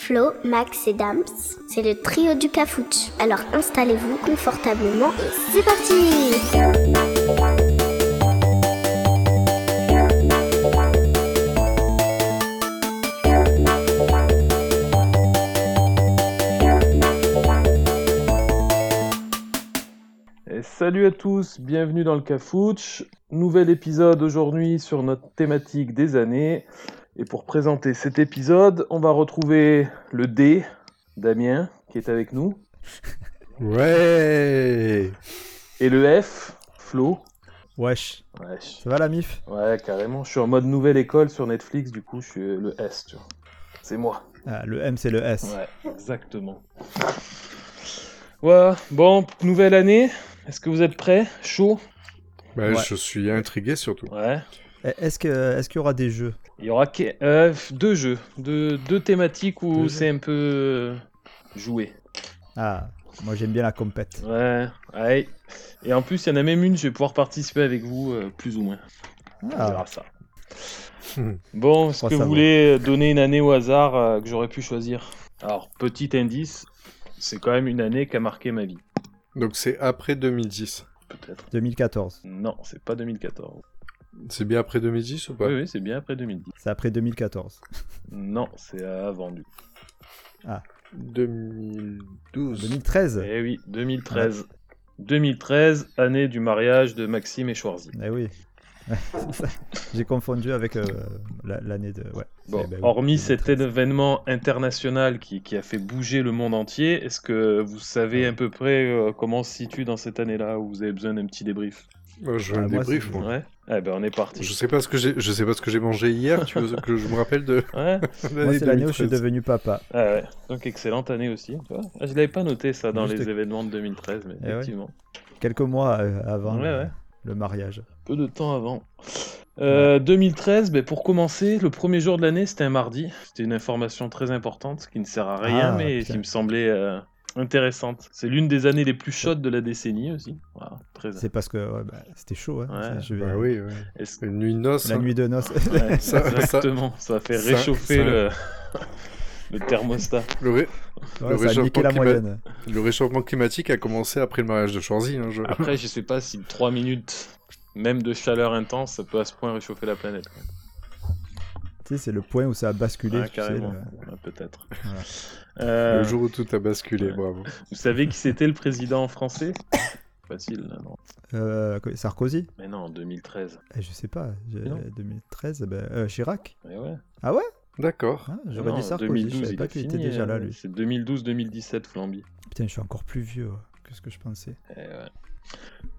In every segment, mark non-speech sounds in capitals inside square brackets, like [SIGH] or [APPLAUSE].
Flo, Max et Dams. C'est le trio du Cafouche. Alors installez-vous confortablement et c'est parti Et Salut à tous, bienvenue dans le Cafouche. Nouvel épisode aujourd'hui sur notre thématique des années. Et pour présenter cet épisode, on va retrouver le D, Damien, qui est avec nous, Ouais et le F, Flo. Wesh, Ouais, ça va la mif je- ouais, carrément, je suis en mode nouvelle école sur Netflix, du coup, je suis le S, tu vois. C'est moi. Ah, Le M c'est le S. Ouais, exactement. Ouais, bon, nouvelle année. Est-ce que vous êtes prêts Chaud Bah, Ouais. Je suis intrigué surtout. Ouais. Eh, Est-ce que est-ce qu'il y aura des jeux Il y aura que- euh, deux jeux, deux, deux thématiques où Deux jeux. c'est un peu euh, joué. Ah, moi j'aime bien la compète. Ouais, ouais. Et en plus, il y en a même une, je vais pouvoir participer avec vous, euh, plus ou moins. On verra Ah, ça. Hmm. Bon, est-ce Trois que vous savons. voulez euh, donner une année au hasard euh, que j'aurais pu choisir Alors, petit indice, c'est quand même une année qui a marqué ma vie, Donc c'est après 2010. peut-être. 2014. Non, c'est pas 2014. C'est bien après 2010 ou pas Oui, oui, c'est bien après 2010. C'est après 2014. Non, c'est avant du. 2012. 2013 Eh oui, 2013. 2013, année du mariage de Maxime et Schwarzy. Eh oui. [LAUGHS] C'est ça. J'ai confondu avec euh, la- l'année de. Ouais. Bon, Eh ben oui, hormis 2013. cet événement international qui, qui a fait bouger le monde entier, est-ce que vous savez à peu près euh, comment on se situe dans cette année-là où vous avez besoin d'un petit débrief Moi, je veux Ah, un moi, débrief, c'est- moi. Ouais Eh ben on est parti. Je sais pas ce que j'ai, je sais pas ce que j'ai mangé hier. Tu veux que je me rappelle de Ouais, Moi l'année c'est l'année où je suis 2013. devenu papa. ah ouais. Donc excellente année aussi. tu vois. Ah, Je l'avais pas noté ça dans Juste- les événements de 2013, mais Eh ouais. effectivement. Quelques mois euh, avant Ouais, le, ouais. le mariage. Peu de temps avant. Euh, 2013, ben, pour commencer, le premier jour de l'année, c'était un mardi. C'était une information très importante qui ne sert à rien, Ah, mais putain. qui me semblait euh, intéressante. C'est l'une des années les plus chaudes de la décennie aussi. Voilà, très C'est parce que ouais, bah, c'était chaud. Hein. Ouais. Je vais- Bah oui, ouais. [LAUGHS] Est-ce- une nuit de noces. La hein. nuit de noces. [LAUGHS] Ouais, Ça- exactement, ça, fait ça- réchauffer ça- le... [LAUGHS] le thermostat. Le, ré- Le Ouais, ça a niqué réchauffement la climat- moyenne. le réchauffement climatique a commencé après le mariage de Schwarzy. hein, je- Après, je sais pas si 3 minutes, même de chaleur intense, ça peut à ce point réchauffer la planète. quoi. Tu sais, c'est le point où ça a basculé. Ah, tu sais, carrément. le- Ouais, Peut-être. Voilà. Euh, Ah, Le jour où tout a basculé, bravo. Vous savez qui c'était le président français Facile, là, non Euh, Sarkozy Mais non, en 2013. Eh, Je sais pas, j'ai- Non. 2013, ben, euh, Chirac Mais ouais. D'accord. hein, Ah, Non, J'aurais dit en Sarkozy, 2012, je savais il pas a qu'il était fini, déjà là euh, lui. C'est 2012-2017, Flamby. Putain, je suis encore plus vieux ouais, que ce que je pensais. Eh ouais.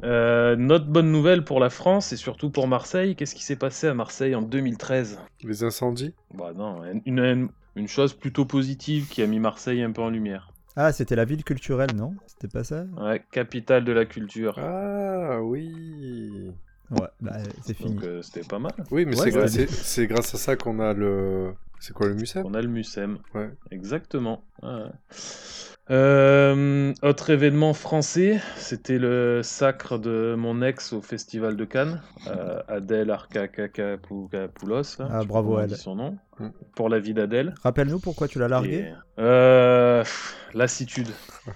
Euh, notre bonne nouvelle pour la France et surtout pour Marseille, qu'est-ce qui s'est passé à Marseille en 2013 Les incendies Bah non, une, une- une chose plutôt positive qui a mis Marseille un peu en lumière. Ah, c'était la ville culturelle, non C'était pas ça Ouais, capitale de la culture. Ah oui. Ouais, bah, euh, c'est fini. Donc euh, c'était pas mal. Oui, mais Ouais, c'est, ouais. grâce, c'est- c'est grâce à ça qu'on a le. C'est quoi le musée On a le MUSEM. Ouais. Exactement. Ouais. Euh, autre événement français, c'était le sacre de mon ex au festival de Cannes, euh, Adèle Arcacacapoulos. là. Ah, Je sais pas bravo, comment on elle. dit son nom. Mm. Pour la vie d'Adèle. Rappelle-nous pourquoi tu l'as larguée Et, euh, pff, [LAUGHS] lassitude.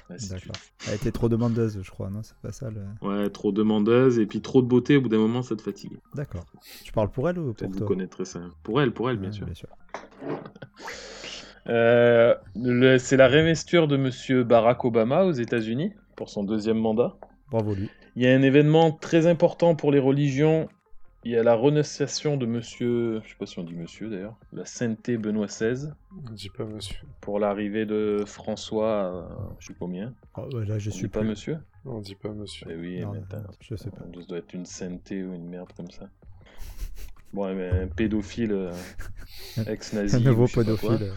Lassitude. D'accord. Elle était trop demandeuse, je crois, non C'est pas ça le. Ouais, trop demandeuse et puis trop de beauté, au bout d'un moment ça te fatigue. D'accord. Tu parles pour elle ou Peut-être pour vous toi Ah, connaîtrez ça. Pour elle, pour elle, bien Ouais, sûr. Euh, le- c'est la réinvestiture de Monsieur Barack Obama aux États-Unis pour son deuxième mandat. Bravo lui. Il y a un événement très important pour les religions. Il y a la renonciation de Monsieur, je sais pas si on dit Monsieur d'ailleurs, la sainteté Benoît XVI Dis pas monsieur. pour l'arrivée de François, à- je sais combien. Oh, bah, là, je Je suis suis pas plus. Monsieur. Non, dis pas monsieur. Eh oui, Non, mais non, t'as- je sais pas. ça doit être une sainteté ou une merde comme ça. Bon, eh ben, un pédophile euh, ex-nazi. [LAUGHS] Un nouveau ou je sais pas quoi. pédophile.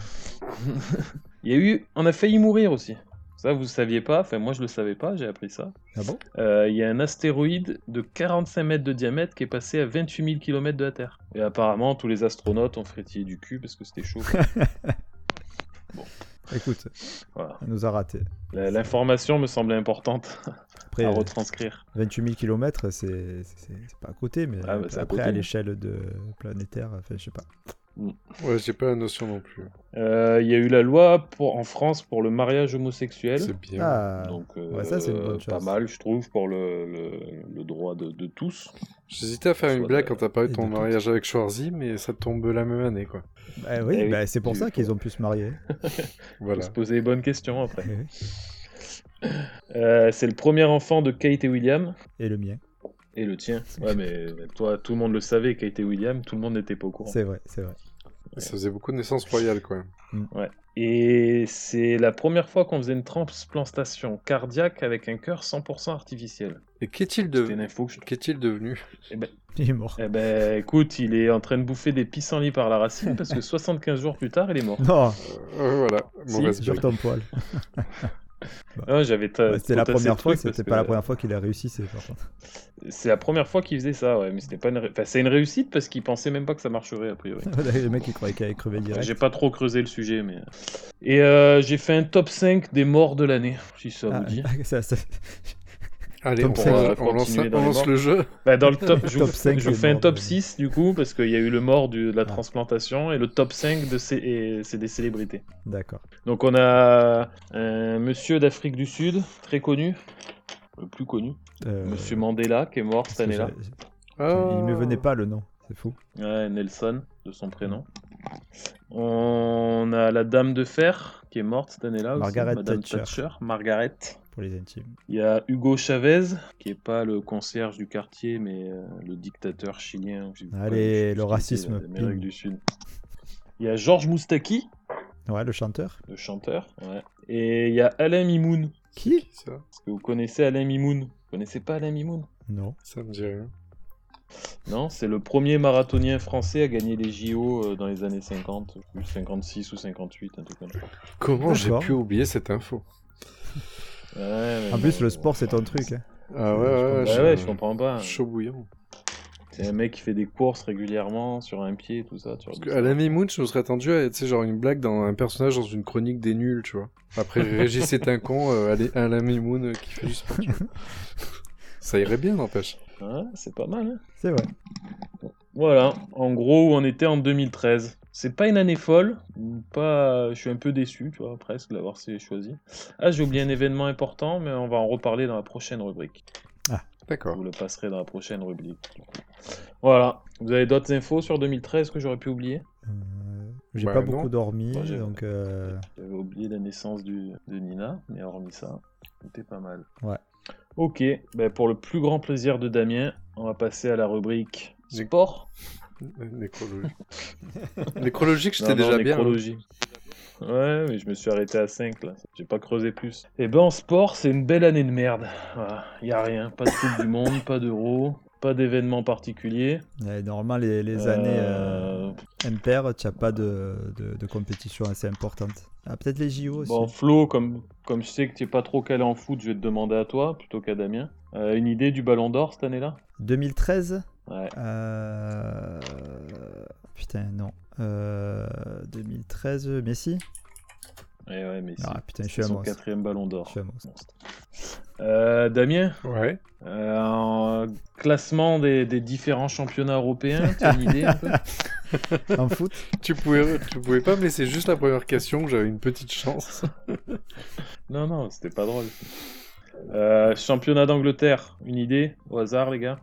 Il y a eu, on a failli mourir aussi. Ça, vous saviez pas. Enfin, moi, je le savais pas. J'ai appris ça. Ah bon Euh, Il y a un astéroïde de 45 mètres de diamètre qui est passé à 28 000 km de la Terre. Et apparemment, tous les astronautes ont frétillé du cul parce que c'était [LAUGHS] chaud. quoi. Écoute, Voilà. elle nous a raté. La- L'information me semblait importante Après, à euh, retranscrire. 28 000 km, c'est c'est- c'est pas à côté, mais Ah, bah, c'est à après, côté. à l'échelle de planétaire, enfin, je sais pas. Ouais, j'ai pas la notion non plus. Euh, Il y a eu la loi pour, en France pour le mariage homosexuel. C'est bien. Ah, Donc, euh, Ouais, ça, c'est une bonne pas chose. mal, je trouve, pour le, le- le droit de, de tous. J'hésitais à faire une Soit blague de- quand t'as parlé de et ton de tout. mariage avec Schwarzy, mais ça tombe la même année, quoi. bah Eh oui, oui, bah, c'est pour tu- ça qu'ils ont pu se [LAUGHS] marier. Faut Voilà. se poser les bonnes questions après. Eh oui. Euh, c'est le premier enfant de Kate et William. Et le mien. Et le tien. Ouais, mais toi, tout le monde le savait, Kate et William, tout le monde n'était pas au courant. C'est vrai, c'est vrai. [LAUGHS] Ça faisait beaucoup de naissances royales, quoi. Et c'est la première fois qu'on faisait une transplantation cardiaque avec un cœur 100% artificiel. Et qu'est-il C'est une de... info que je trouve. qu'est-il devenu Il est mort. Eh ben, écoute, il est en train de bouffer des pissenlits par la racine parce [LAUGHS] que 75 jours plus tard, il est mort. Non, Euh, Voilà, mauvaise sur blague. ton poil. Ah, j'avais ta- Ouais, C'était la potassé le première fois, truc parce c'était que pas la première fois qu'il a réussi, c'est [LAUGHS] par [LAUGHS] contre. C'est la première fois qu'il faisait ça, ouais, mais c'était pas une... ré- enfin, c'est une réussite parce qu'il pensait même pas que ça marcherait a priori. le mec, il croyait qu'il allait crever direct. J'ai pas trop creusé le sujet, mais. Et euh, j'ai fait un top 5 des morts de l'année, si ça Ah, vous dit. [LAUGHS] ça- ça- Allez, on, Donc, ça y est, euh, on lance, continuer dans on les lance morts. le jeu. Bah, dans le top, je, Top vous, 5 je vous des fais un morts de top l'année. 6 du coup, parce qu'il y a eu le mort du- de la Ah. transplantation et le top 5 de ces- et- c'est des célébrités. D'accord. Donc on a un monsieur d'Afrique du Sud, très connu, le plus connu, Euh, monsieur Mandela, qui est mort cette parce que année-là. Oh. j'ai- Ah. Il me venait pas le nom, c'est fou. Ouais, Nelson, de son prénom. On a la Dame de Fer, qui est morte cette année-là aussi. Margaret Madame Thatcher. Margaret. Pour les intimes. Il y a Hugo Chavez, qui est pas le concierge du quartier, mais euh, le dictateur chilien. je sais pas, je sais plus ce Allez, le qu'il était, racisme, là, d'Amérique bim. du Sud. Il y a Georges Moustaki, Ouais, le chanteur. le chanteur. ouais. Et il y a Alain Mimoun. Qui Ça, Est-ce que vous connaissez Alain Mimoun Vous connaissez pas Alain Mimoun Non. ça me dit rien. Non, c'est le premier marathonien français à gagner les JO euh, dans les années 50, ou 56 ou 58, un truc comme ça. Comment j'ai D'accord. pu oublier cette info Ouais, mais En bon, plus, le euh, sport, c'est ton truc. hein. Ah ouais, Je ouais, comprends. Ouais, ouais, ouais, je comprends pas. Chaud bouillant. C'est un mec qui fait des courses régulièrement sur un pied, tout ça. Tu Parce vois. que à la Mimoun, je me serais attendu à tu sais, genre une blague dans un personnage dans une chronique des nuls, tu vois. [LAUGHS] Après, Régis est un con, euh, allez, à la Mimoun euh, qui fait du sport. [LAUGHS] tu vois. Ça irait bien, n'empêche. Ouais, c'est pas mal. hein. C'est vrai. Voilà, en gros, où on était en 2013. C'est pas une année folle, ou pas. Je suis un peu déçu, tu vois, presque, d'avoir sé- choisi. Ah, j'ai oublié un événement important, mais on va en reparler dans la prochaine rubrique. Je D'accord. vous le passerez dans la prochaine rubrique. du coup. Voilà. Vous avez d'autres infos sur 2013 que j'aurais pu oublier Euh, J'ai Bah, pas non. beaucoup dormi, Moi, j'ai- donc euh, J'avais oublié la naissance du, de Nina, mais hormis ça, c'était pas mal. Ouais. Ok, ben pour le plus grand plaisir de Damien, on va passer à la rubrique sport. Nécrologique. Nécrologique, j'étais Non, non, déjà bien. hein. nécrologie. Ouais, mais je me suis arrêté à 5 là, j'ai pas creusé plus. Et ben en sport, c'est une belle année de merde. Voilà, y a rien, pas de Coupe du Monde, pas d'Euro, pas d'événements particuliers. ouais, normalement, les, les années euh, impaires, tu n'as pas de, de, de compétition assez importante. Ah, peut-être les JO aussi. Euh, Bon, Flo, comme, comme je sais que t'es pas trop calé en foot, je vais te demander à toi plutôt qu'à Damien. Euh, une idée du ballon d'or cette année-là 2013 Ouais. euh, Putain, non. Euh, 2013, Messi Eh ouais, mais Ah putain, je suis un son monstre. quatrième ballon Je d'or. suis un monstre. Euh, Damien, Ouais. euh, en classement des, des différents championnats européens, t'as une idée un peu En foot Tu pouvais, tu pouvais pas me laisser juste la première question où j'avais une petite chance. [LAUGHS] Non, non, c'était pas drôle. Euh, championnat d'Angleterre, une idée au hasard, les gars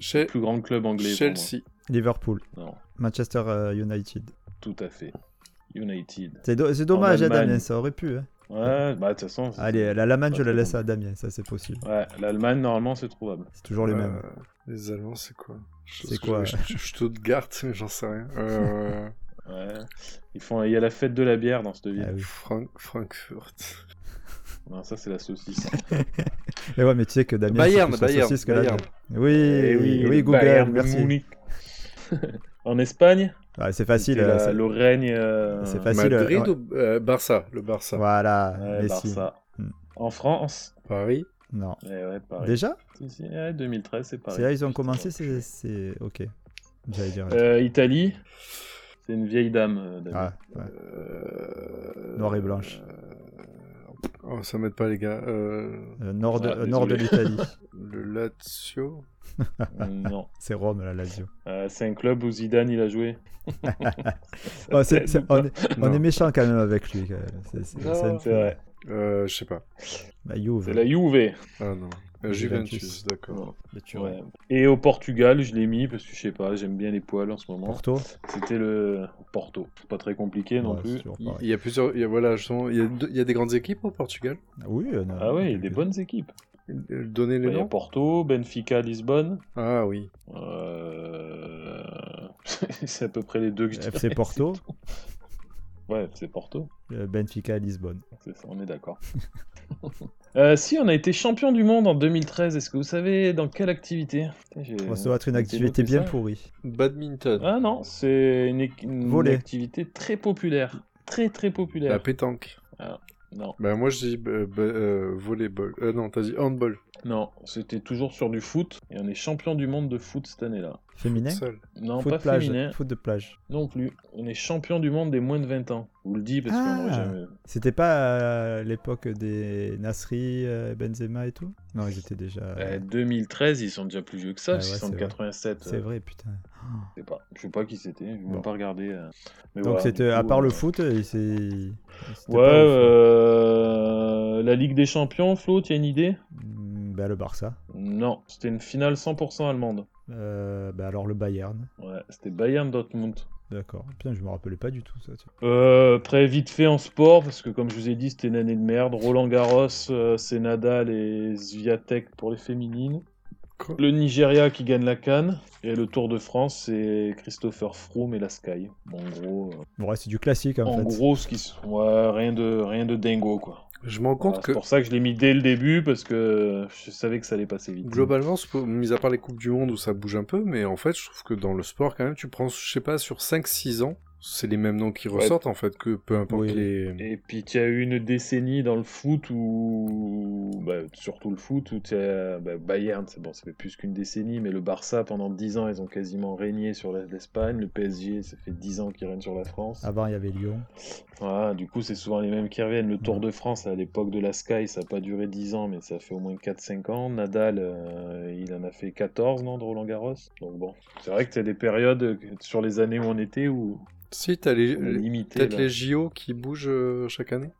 Chez Plus grand club anglais. pour Chelsea. Liverpool. moi. Non, Manchester euh, United. tout à fait. United. C'est do- c'est dommage, à Allemagne. Damien, ça aurait pu. hein. Ouais, bah de toute façon. c'est- Allez, la l'Allemagne, Pas je la très laisse bon. à Damien, ça c'est possible. Ouais, l'Allemagne, normalement, c'est trouvable. C'est toujours les Euh, mêmes. Les Allemands, c'est quoi Je- C'est quoi, je- je- Stuttgart, j'en sais rien. [LAUGHS] Euh, Ouais. Ils font... Il y a la fête de la bière dans cette ville. Ah oui. Frank- Frankfurt. Non, ça, c'est la [LAUGHS] saucisse. Mais ouais, mais tu sais que Damien. Bayern, c'est plus la Bayern, saucisse que la Bayern. mienne. Oui, Eh oui, le Google, Bayern de merci. Munich. [LAUGHS] en Espagne, Ah, c'est facile. c'était la- euh, c'est- Lorragne. euh, c'est facile. Madrid Ah, ouais. ou euh, Barça Le Barça. Voilà, ouais, Messi. Barça. Hmm. En France, Paris. Non. eh ouais, pareil. Déjà Si, si, ouais, 2013, c'est pareil. C'est là ils ont commencé, c'est. c'est- Ok. J'allais dire. Euh, Italie, c'est une vieille dame. euh, Damien. Ah, ouais. euh, Noir et blanche. Oh, ça m'aide pas, les gars. Euh, Euh, nord de, Ah, [LAUGHS] euh, nord de l'Italie. le- Lazio Euh, Non. C'est Rome, la Lazio. Euh, c'est un club où Zidane il a joué. Oh, c'est- c'est- on, est, on Non. est méchant quand même avec lui. quand même. C'est- c'est- Non, c'est un c'est peu- vrai. Euh, je sais pas. La Bah, Juve. C'est la Juve. Ah non. Euh, Juventus. Juventus, d'accord. Mais Bah, tu Ouais. Et au Portugal, je l'ai mis parce que je sais pas, j'aime bien les poils en ce moment. Porto C'était le Porto. C'est Pas très compliqué non Ouais, c'est plus. toujours Il Oh, pareil. il y a plusieurs. Il y a, voilà, justement, il y a, deux- il y a des grandes équipes au Portugal. Oui, euh, on a- Ah ouais, il y a des quelques- bonnes équipes. Euh, Donnez Bah, les Il y a noms. Porto, Benfica, Lisbonne. Ah oui. Euh, [LAUGHS] c'est à peu près les deux que je FC dirais. [LAUGHS] Porto, Ouais, c'est Porto. euh, Benfica, Lisbonne. C'est ça, on est d'accord. [LAUGHS] Euh, si on a été champion du monde en 2013, est-ce que vous savez dans quelle activité Putain, j'ai- On se doit être une j'ai activité noté bien ça. pourrie. Badminton. Ah non, c'est une, équ- une Voler. activité très populaire. Très très populaire. La pétanque. Non, Bah moi je dis euh, bah, euh, volleyball. Euh, non, t'as dit handball. non, c'était toujours sur du foot et on est champion du monde de foot cette année-là. Féminin Seul. Non, Foot pas plage. féminin Foot de plage. non plus. On est champion du monde des moins de 20 ans. Je vous le dis parce qu'on n'aurait Ah. jamais. C'était pas à l'époque des Nasri, euh, Benzema et tout Non, ils étaient déjà. Euh, 2013, ils sont déjà plus vieux que ça, Ah parce ouais, qu'ils sont de c'est vrai. 87. C'est euh, vrai, putain. Je sais pas, je sais pas qui c'était, je vais Bon. même pas regarder. euh. Mais Donc voilà, c'était du à coup, part euh, le foot, et c'est. c'était Ouais, pas ouf. euh, la Ligue des Champions, Flo, tu as une idée Mm, Bah, le Barça. Non, c'était une finale 100% allemande. Euh, bah, alors le Bayern. Ouais, c'était Bayern Dortmund. D'accord. Putain, je me rappelais pas du tout ça. tu vois. Euh, après, vite fait en sport, parce que comme je vous ai dit, c'était une année de merde. Roland Garros, euh, c'est Nadal et Zviatek pour les féminines. Quoi Le Nigeria qui gagne la Cannes. Et le Tour de France, c'est Christopher Froome et la Sky. Bon, en gros, euh, Bon, ouais, c'est du classique en, en fait. gros ce qui se- ouais, rien, de, rien de dingo, quoi. Je me rends Voilà, compte C'est que pour ça que je l'ai mis dès le début, parce que je savais que ça allait passer vite. globalement, c'est pas- mis à part les Coupes du Monde où ça bouge un peu, mais en fait, je trouve que dans le sport, quand même, tu prends, je sais pas, sur 5-6 ans, c'est les mêmes noms qui ressortent, en fait, que peu importe Oui. les... Et puis tu as eu une décennie dans le foot où, bah, surtout le foot, où tu as bah, Bayern, c'est bon, ça fait plus qu'une décennie, mais le Barça pendant 10 ans, ils ont quasiment régné sur la- l'Espagne, le PSG, ça fait 10 ans qu'ils règnent sur la France. Avant, il y avait Lyon. Voilà, du coup, c'est souvent les mêmes qui reviennent. Le Tour de France, à l'époque de la Sky, ça n'a pas duré 10 ans, mais ça fait au moins 4-5 ans. Nadal, euh, il en a fait 14, non, de Roland Garros. Donc bon, c'est vrai que tu as des périodes euh, sur les années où on était où Si, t'as les... on est limité. Euh, peut-être là. les JO qui bougent euh, chaque année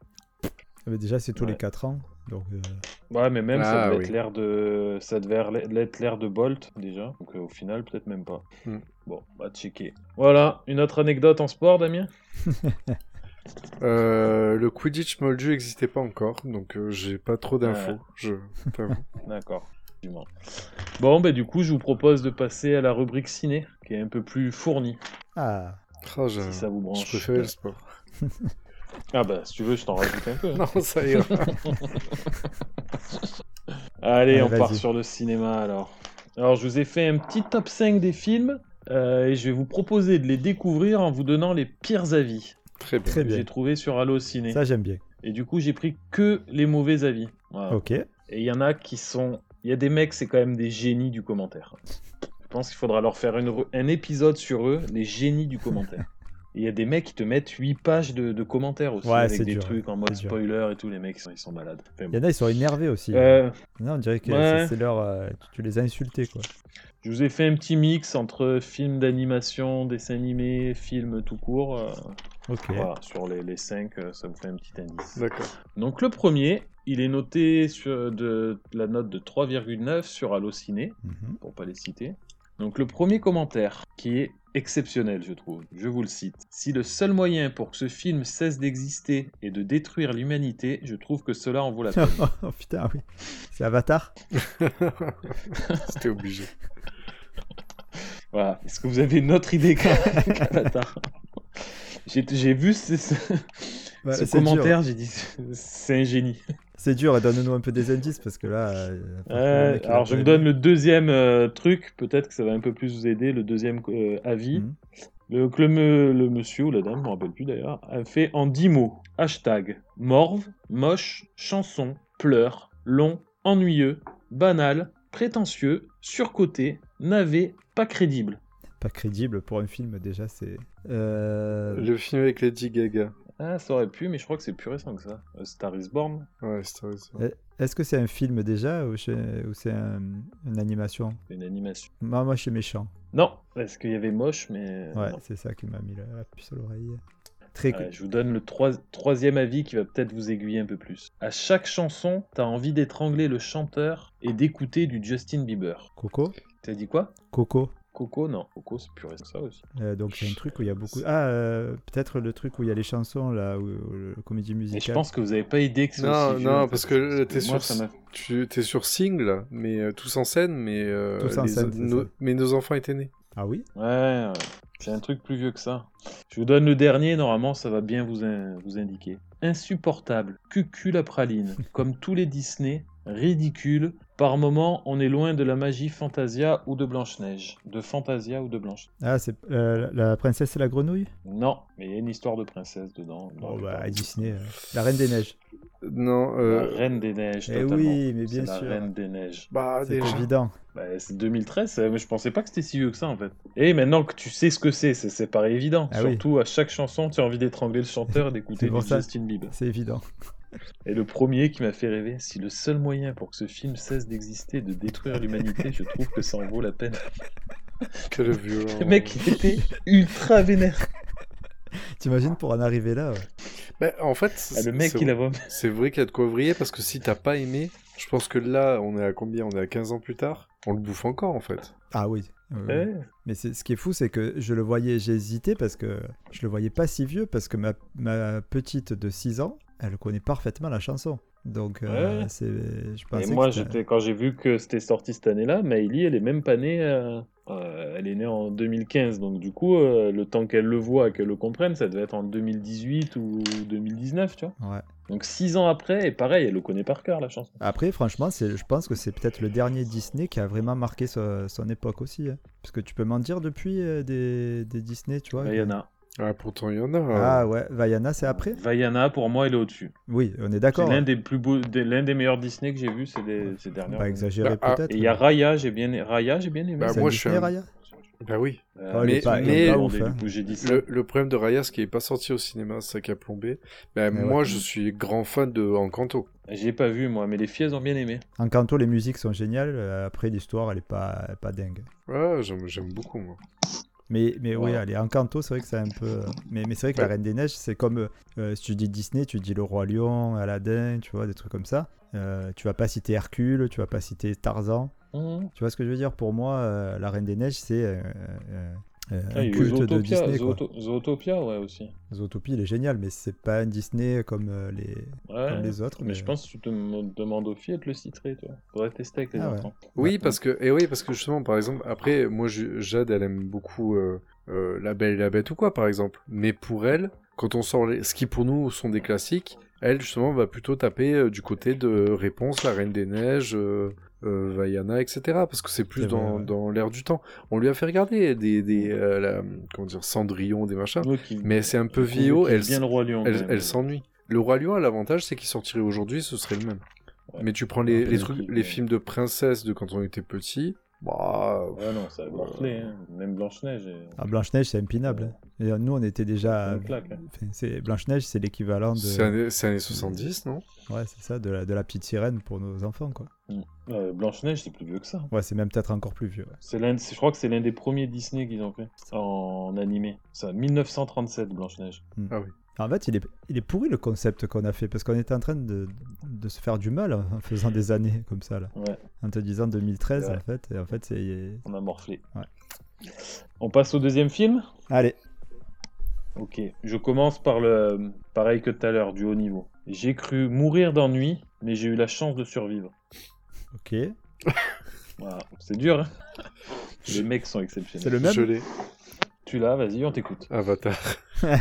Mais déjà, c'est tous les Ouais. 4 ans. Donc, euh, Ouais, mais même Ah, ça devait oui. être l'ère de ça devait l- être l'ère de Bolt déjà. Donc euh, au final, peut-être même pas. Hmm. Bon, à checker. Voilà, une autre anecdote en sport, Damien. Euh, le Quidditch Moldu n'existait pas encore, donc euh, j'ai pas trop d'infos, Ouais. je [LAUGHS] t'avoue. D'accord. effectivement. Bon, ben du coup, je vous propose de passer à la rubrique ciné, qui est un peu plus fournie, Ah, Oh, j'ai- si ça vous je branche. préférais le sport. [LAUGHS] Ah bah, si tu veux, je t'en rajoute un peu. hein. Non, ça ira. Allez, Allez, on part vas-y. sur le cinéma alors. Alors, je vous ai fait un petit top 5 des films, euh, et je vais vous proposer de les découvrir en vous donnant les pires avis Très bien. très que bien. j'ai trouvés sur Allo Ciné. Ça, j'aime bien. Et du coup, j'ai pris que les mauvais avis. Voilà. Ok. Et il y en a qui sont. Il y a des mecs, c'est quand même des génies du commentaire. Je pense qu'il faudra leur faire une re- un épisode sur eux, les génies du [LAUGHS] commentaire. Et Il y a des mecs qui te mettent 8 pages de, de commentaires aussi, Ouais, avec c'est des dur, trucs en mode c'est dur. spoiler et tout. Les mecs, ils sont, ils sont malades. Enfin, Il y en a, ils sont énervés aussi. euh, Non, on dirait que ouais. c'est- c'est leur. euh, tu- tu les as insultés, quoi. je vous ai fait un petit mix entre films d'animation, dessins animés, films tout court. euh, Ok. Voilà, sur les, les 5, ça vous fait un petit indice. D'accord. [LAUGHS] Donc le premier, il est noté sur, de la note de 3,9 sur Allociné, Mhm. pour pas les citer. Donc le premier commentaire, qui est exceptionnel je trouve, je vous le cite. Si le seul moyen pour que ce film cesse d'exister est de détruire l'humanité, je trouve que cela en vaut la peine. [LAUGHS] oh putain, oui. C'est Avatar [LAUGHS] C'était obligé. voilà, est-ce que vous avez une autre idée qu'un [LAUGHS] qu'Avatar J'ai j'ai vu ce, ce- Ouais, ce Bah, c'est dur. commentaire, j'ai dit c'est un génie. C'est dur, donne-nous un peu des indices parce que là. euh, franchement, le Euh, mec, il a alors pas je me aimé. donne le deuxième euh, truc, peut-être que ça va un peu plus vous aider, le deuxième euh, avis. Mhm. Le, que le me- le monsieur ou la dame, je me rappelle plus d'ailleurs, a fait en 10 mots hashtag morve, moche, chanson, pleurs, long, ennuyeux, banal, prétentieux, surcoté, navet, pas crédible. Pas crédible pour un film, déjà, c'est. Euh, Le film avec Lady Gaga. Ah, ça aurait pu, mais je crois que c'est plus récent que ça. Euh, Star is Born. Ouais, c'est vrai, ça. Eh, Est-ce que c'est un film déjà ou, chez- ou c'est un- une animation C'est une animation. Moi, moi, je suis méchant. Non, parce qu'il y avait moche, mais. Ouais, non. c'est ça qui m'a mis la, la puce à l'oreille. Très Ouais, je vous donne le troi- troisième avis qui va peut-être vous aiguiller un peu plus. À chaque chanson, t'as envie d'étrangler le chanteur et d'écouter du Justin Bieber. Coco T'as dit quoi Coco. Coco, non. Coco, c'est plus récent que ça aussi. Euh, donc c'est un truc où il y a beaucoup. Ah, euh, peut-être le truc où il y a les chansons là, où, où le comédie Et musicale. je pense que vous avez pas idée que c'est Non, aussi vieux, non, en fait, parce que t'es moi, sur- ça m'a- Tu t'es sur single, mais euh, tous en scène, mais euh, Tous en les- scène, c'est nos- ça. mais nos enfants étaient nés. Ah oui. Ouais, euh, j'ai un truc plus vieux que ça. Je vous donne le dernier, normalement ça va bien vous, in- vous indiquer. Insupportable, cucul la [LAUGHS] praline, comme tous les Disney, ridicule, par moments on est loin de la magie Fantasia ou de Blanche-Neige. De Fantasia ou de Blanche. Ah, c'est euh, la princesse et la grenouille. Non, mais il y a une histoire de princesse dedans. Oh bah à Disney, euh, la Reine des Neiges. Non, La euh, Reine des Neiges, Eh totalement. oui, mais C'est bien la sûr. Reine des Neiges. bah C'est déjà. évident. Bah, c'est 2013, euh, mais je pensais pas que c'était si vieux que ça en fait. Et maintenant que tu sais ce que c'est, c'est- c'est pas évident. Ah oui. Surtout à chaque chanson, tu as envie d'étrangler le chanteur et d'écouter C'est pour du ça. Justin Bieber. C'est évident. Et le premier qui m'a fait rêver, si le seul moyen pour que ce film cesse d'exister et de détruire l'humanité, je trouve que ça en vaut la peine. [LAUGHS] Quel violent. Le mec il était ultra vénère. T'imagines pour en arriver là ouais. Bah, en fait, Ah, c'est- le mec c'est- il a voix. c'est vrai qu'il y a de quoi vriller parce que si t'as pas aimé, je pense que là, on est à combien On est à 15 ans plus tard. On le bouffe encore en fait. Ah oui. oui, oui. Ouais. Mais c'est- ce qui est fou, c'est que je le voyais, j'ai hésité parce que je le voyais pas si vieux, parce que ma, ma petite de 6 ans, elle connaît parfaitement la chanson. Donc, euh, Ouais. c'est, je Et pensais moi que c'était- j'étais quand j'ai vu que c'était sorti cette année-là, Maïli elle est même pas née. euh, euh, elle est née en 2015, donc du coup euh, le temps qu'elle le voit et qu'elle le comprenne, ça devait être en 2018 ou 2019, tu vois. Ouais. Donc six ans après, et pareil, elle le connaît par cœur la chanson. Après, franchement, c'est, je pense que c'est peut-être le dernier Disney qui a vraiment marqué so- son époque aussi. hein. Parce que tu peux m'en dire depuis euh, des, des Disney, tu vois. Vaiana. Ah, pourtant, il y en a. Ah ouais, Vaiana, c'est après Vaiana pour moi elle est au-dessus. Oui, on est C'est d'accord. l'un hein. des plus beaux, des- l'un des meilleurs Disney que j'ai vu ces, des- ces dernières. Pas années. exagéré Bah, ah, peut-être. Et il y a Raya, j'ai bien, Raya, j'ai bien aimé. Bah, C'est moi, un je suis Disney, un- Raya Bah oui. Euh, Oh, mais il est pas- il est mais pas ouf, hein. du coup j'ai dit ça. Le, le problème de Raya, c'est qu'il est pas sorti au cinéma, c'est ça qui a plombé. Bah, Mais moi, ouais. je suis grand fan de Encanto. J'ai pas vu moi, mais les filles elles ont bien aimé. En canto, les musiques sont géniales. euh, Après, l'histoire, elle est pas, pas dingue. Ouais, Ah, j'aime j'aime beaucoup, moi. Mais, mais oui, Voilà. allez, en canto, c'est vrai que c'est un peu. euh, Mais, mais c'est vrai que la Ouais. Reine des Neiges, c'est comme. euh, euh, si tu dis Disney, tu dis le Roi Lion, Aladdin, tu vois, des trucs comme ça. Euh, tu vas pas citer Hercule, tu vas pas citer Tarzan. Hum. Tu vois ce que je veux dire Pour moi, euh, la Reine des Neiges, c'est euh, euh, euh, Ah, il y un a eu culte de Zootopia, Disney. quoi. Zooto- Zootopia, ouais aussi. Zootopie, il est génial, mais c'est pas un Disney comme euh, les, Ouais. comme les autres. euh, Mais je pense que tu te me demandes aux filles de le citer, tu vois. Faudrait tester avec les Ah ouais. enfants. Oui, parce que, et oui, parce que justement, par exemple, après, moi, je- Jade, elle aime beaucoup euh, euh, La Belle et la Bête ou quoi, par exemple. Mais pour elle, quand on sort les... ce qui pour nous sont des classiques, elle, justement, va plutôt taper euh, du côté de Réponse, La Reine des Neiges, euh, euh, Vaiana, etc. Parce que c'est plus C'est vrai, dans, ouais. dans l'air du temps. On lui a fait regarder des, des euh, la- comment dire, Cendrillon, des machins. Nous qui- Mais c'est un peu qui- qui- vieillot, qui- elle, bien le roi lion. quand elle, même. elle s'ennuie. Le Roi Lion, l'avantage, c'est qu'il sortirait aujourd'hui, ce serait le même. Ouais. Mais tu prends les, Ouais, les mais trucs, qui- les films de princesse de quand on était petit, bah, Ouais non, ça a martelé, hein. même Blanche Neige. À Ah, Blanche-Neige, c'est impinable. hein. Et Nous, on était déjà. Une claque, hein. Enfin, c'est- Blanche-Neige, c'est l'équivalent de. c'est années, c'est années 70, non Ouais, c'est ça, de la, de la petite sirène pour nos enfants, quoi. Blanche Neige, hein. Euh, c'est plus vieux que ça. Ouais, c'est même peut-être encore plus vieux. ouais. C'est l'un, c'est- je crois que c'est l'un des premiers Disney qu'ils ont fait en animé. Ça, 1937 Blanche Neige. En fait, il est, il est pourri le concept qu'on a fait, parce qu'on était en train de, de se faire du mal en faisant des années comme ça, là. Ouais. En te disant 2013, C'est vrai. en fait. Et en fait, c'est. On a morflé. Ouais. On passe au deuxième film. Allez, Ok. Je commence par le pareil que tout à l'heure du haut niveau. J'ai cru mourir d'ennui, mais j'ai eu la chance de survivre. ok. Voilà. C'est dur. hein Les mecs sont exceptionnels. C'est le même Je l'ai. Tu l'as, vas-y, on t'écoute. Avatar. Putain,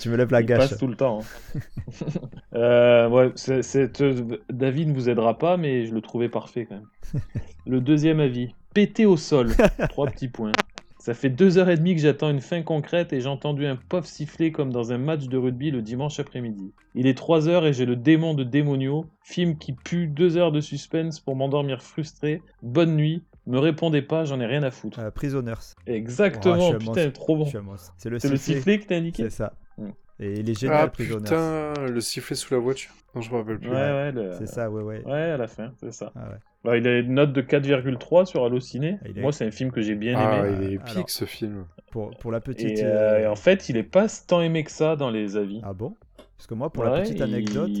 Tu me lèves la Il gâche. passe tout le temps. hein. [LAUGHS] Euh, ouais, c'est- c'est- euh, David ne vous aidera pas, mais je le trouvais parfait quand même. [LAUGHS] Le deuxième avis, péter au sol, trois petits points. Ça fait deux heures et demie que j'attends une fin concrète et j'ai entendu un pof siffler comme dans un match de rugby le dimanche après-midi. Il est 3 heures et j'ai le démon de Démonio, film qui pue deux heures de suspense pour m'endormir frustré. Bonne nuit, Me répondez pas, j'en ai rien à foutre. Euh, Prisoners. Exactement, Oh, je suis un putain, monstre. trop Je bon. suis un monstre. C'est le C'est le sifflet. sifflet que t'as indiqué C'est ça. Mm. Et il est génial, ah Prisoners. putain, le sifflet sous la voiture. Non, je me rappelle plus. Ouais, ouais, le- C'est ça, ouais, ouais. Ouais, à la fin, c'est ça. Ah ouais. Bah, il a une note de 4,3 sur Allociné. Ah, il est- Moi, c'est un film que j'ai bien Ah, aimé. euh, il est épique alors. ce film. Pour, pour la petite. Et, euh, euh, et en fait, il est pas tant aimé que ça dans les avis. Ah bon Parce que moi, pour Ouais, la petite il- anecdote,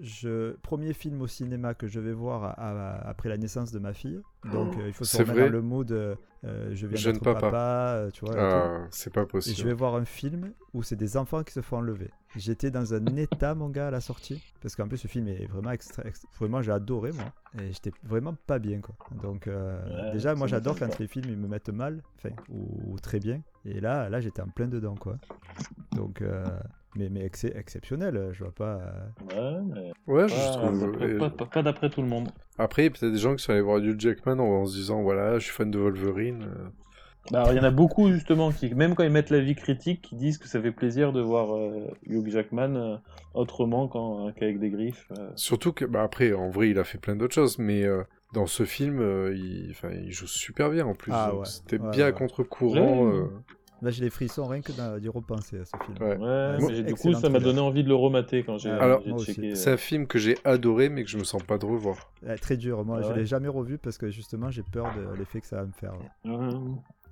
je... premier film au cinéma que je vais voir à- à- après la naissance de ma fille. Donc, Oh, euh, il faut se c'est remettre vrai dans le mood. euh, euh, je viens Jeune d'être papa. papa. euh, tu vois. et tout. Ah, c'est pas Et possible. je vais voir un film où c'est des enfants qui se font enlever. J'étais dans [LAUGHS] un état, mon gars, à la sortie. Parce qu'en plus, ce film est vraiment extra. ext- Vraiment, j'ai adoré, moi. Et j'étais vraiment pas bien, quoi. Donc, euh, Ouais, déjà, moi, ça j'adore m'étonne quand pas. les films, ils me mettent mal. Enfin, ou, ou très bien. Et là, là j'étais en plein dedans, quoi. Donc, euh, mais, mais ex- exceptionnel. euh, Je vois pas. euh, Ouais, mais Ouais, je pas- trouve. euh, pas- et- Ah, pas- pas- pas d'après tout le monde. Après, il y a peut-être des gens qui sont allés voir Hugh Jackman en, en se disant voilà, je suis fan de Wolverine. euh, Bah, alors, il y en a beaucoup justement qui, même quand ils mettent la vie critique, qui disent que ça fait plaisir de voir euh, Hugh Jackman euh, autrement qu'en- qu'avec des griffes. euh. Surtout que, bah après, en vrai, il a fait plein d'autres choses, mais euh, dans ce film, euh, il, enfin, il joue super bien en plus. Ah donc ouais, C'était ouais, bien ouais. à contre-courant. Ouais. euh, Là, Bah, j'ai les frissons rien que d'y repenser à ce film. ouais. Ouais, Bon, mais j'ai- du coup, excellent ça m'a thriller. donné envie de le remater quand j'ai Ah, alors, j'ai moi aussi. checké. euh. C'est un film que j'ai adoré, mais que je me sens pas de revoir. Ouais, très dur. Moi, Ah je ouais. l'ai jamais revu parce que justement, j'ai peur de l'effet que ça va me faire. Euh,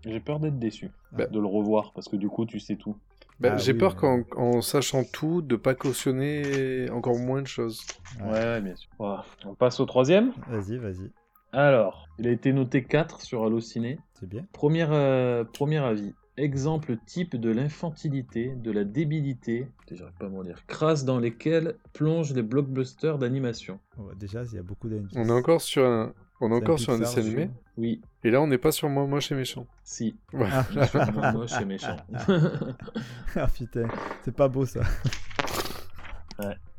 J'ai peur d'être déçu, Ah. de le revoir, parce que du coup, tu sais tout. Bah, Ah j'ai oui, peur mais- qu'en en sachant tout, de pas cautionner encore moins de choses. Ouais. Ouais, ouais, bien sûr. Voilà. On passe au troisième. Vas-y, vas-y. Alors, il a été noté 4 sur Allociné. C'est bien. Premier, euh, premier avis. Exemple type de l'infantilité, de la débilité, putain, j'arrive pas à m'en dire, crasse dans lesquelles plongent les blockbusters d'animation. Oh, déjà, il y a beaucoup d'indices. On est encore sur un, on est C'est encore sur un Pixar, dessin animé, justement. Oui, et là, on n'est pas sur moi, moche et méchant. si. Voilà. Je suis vraiment moche et méchant. [LAUGHS] Ah putain, c'est pas beau ça.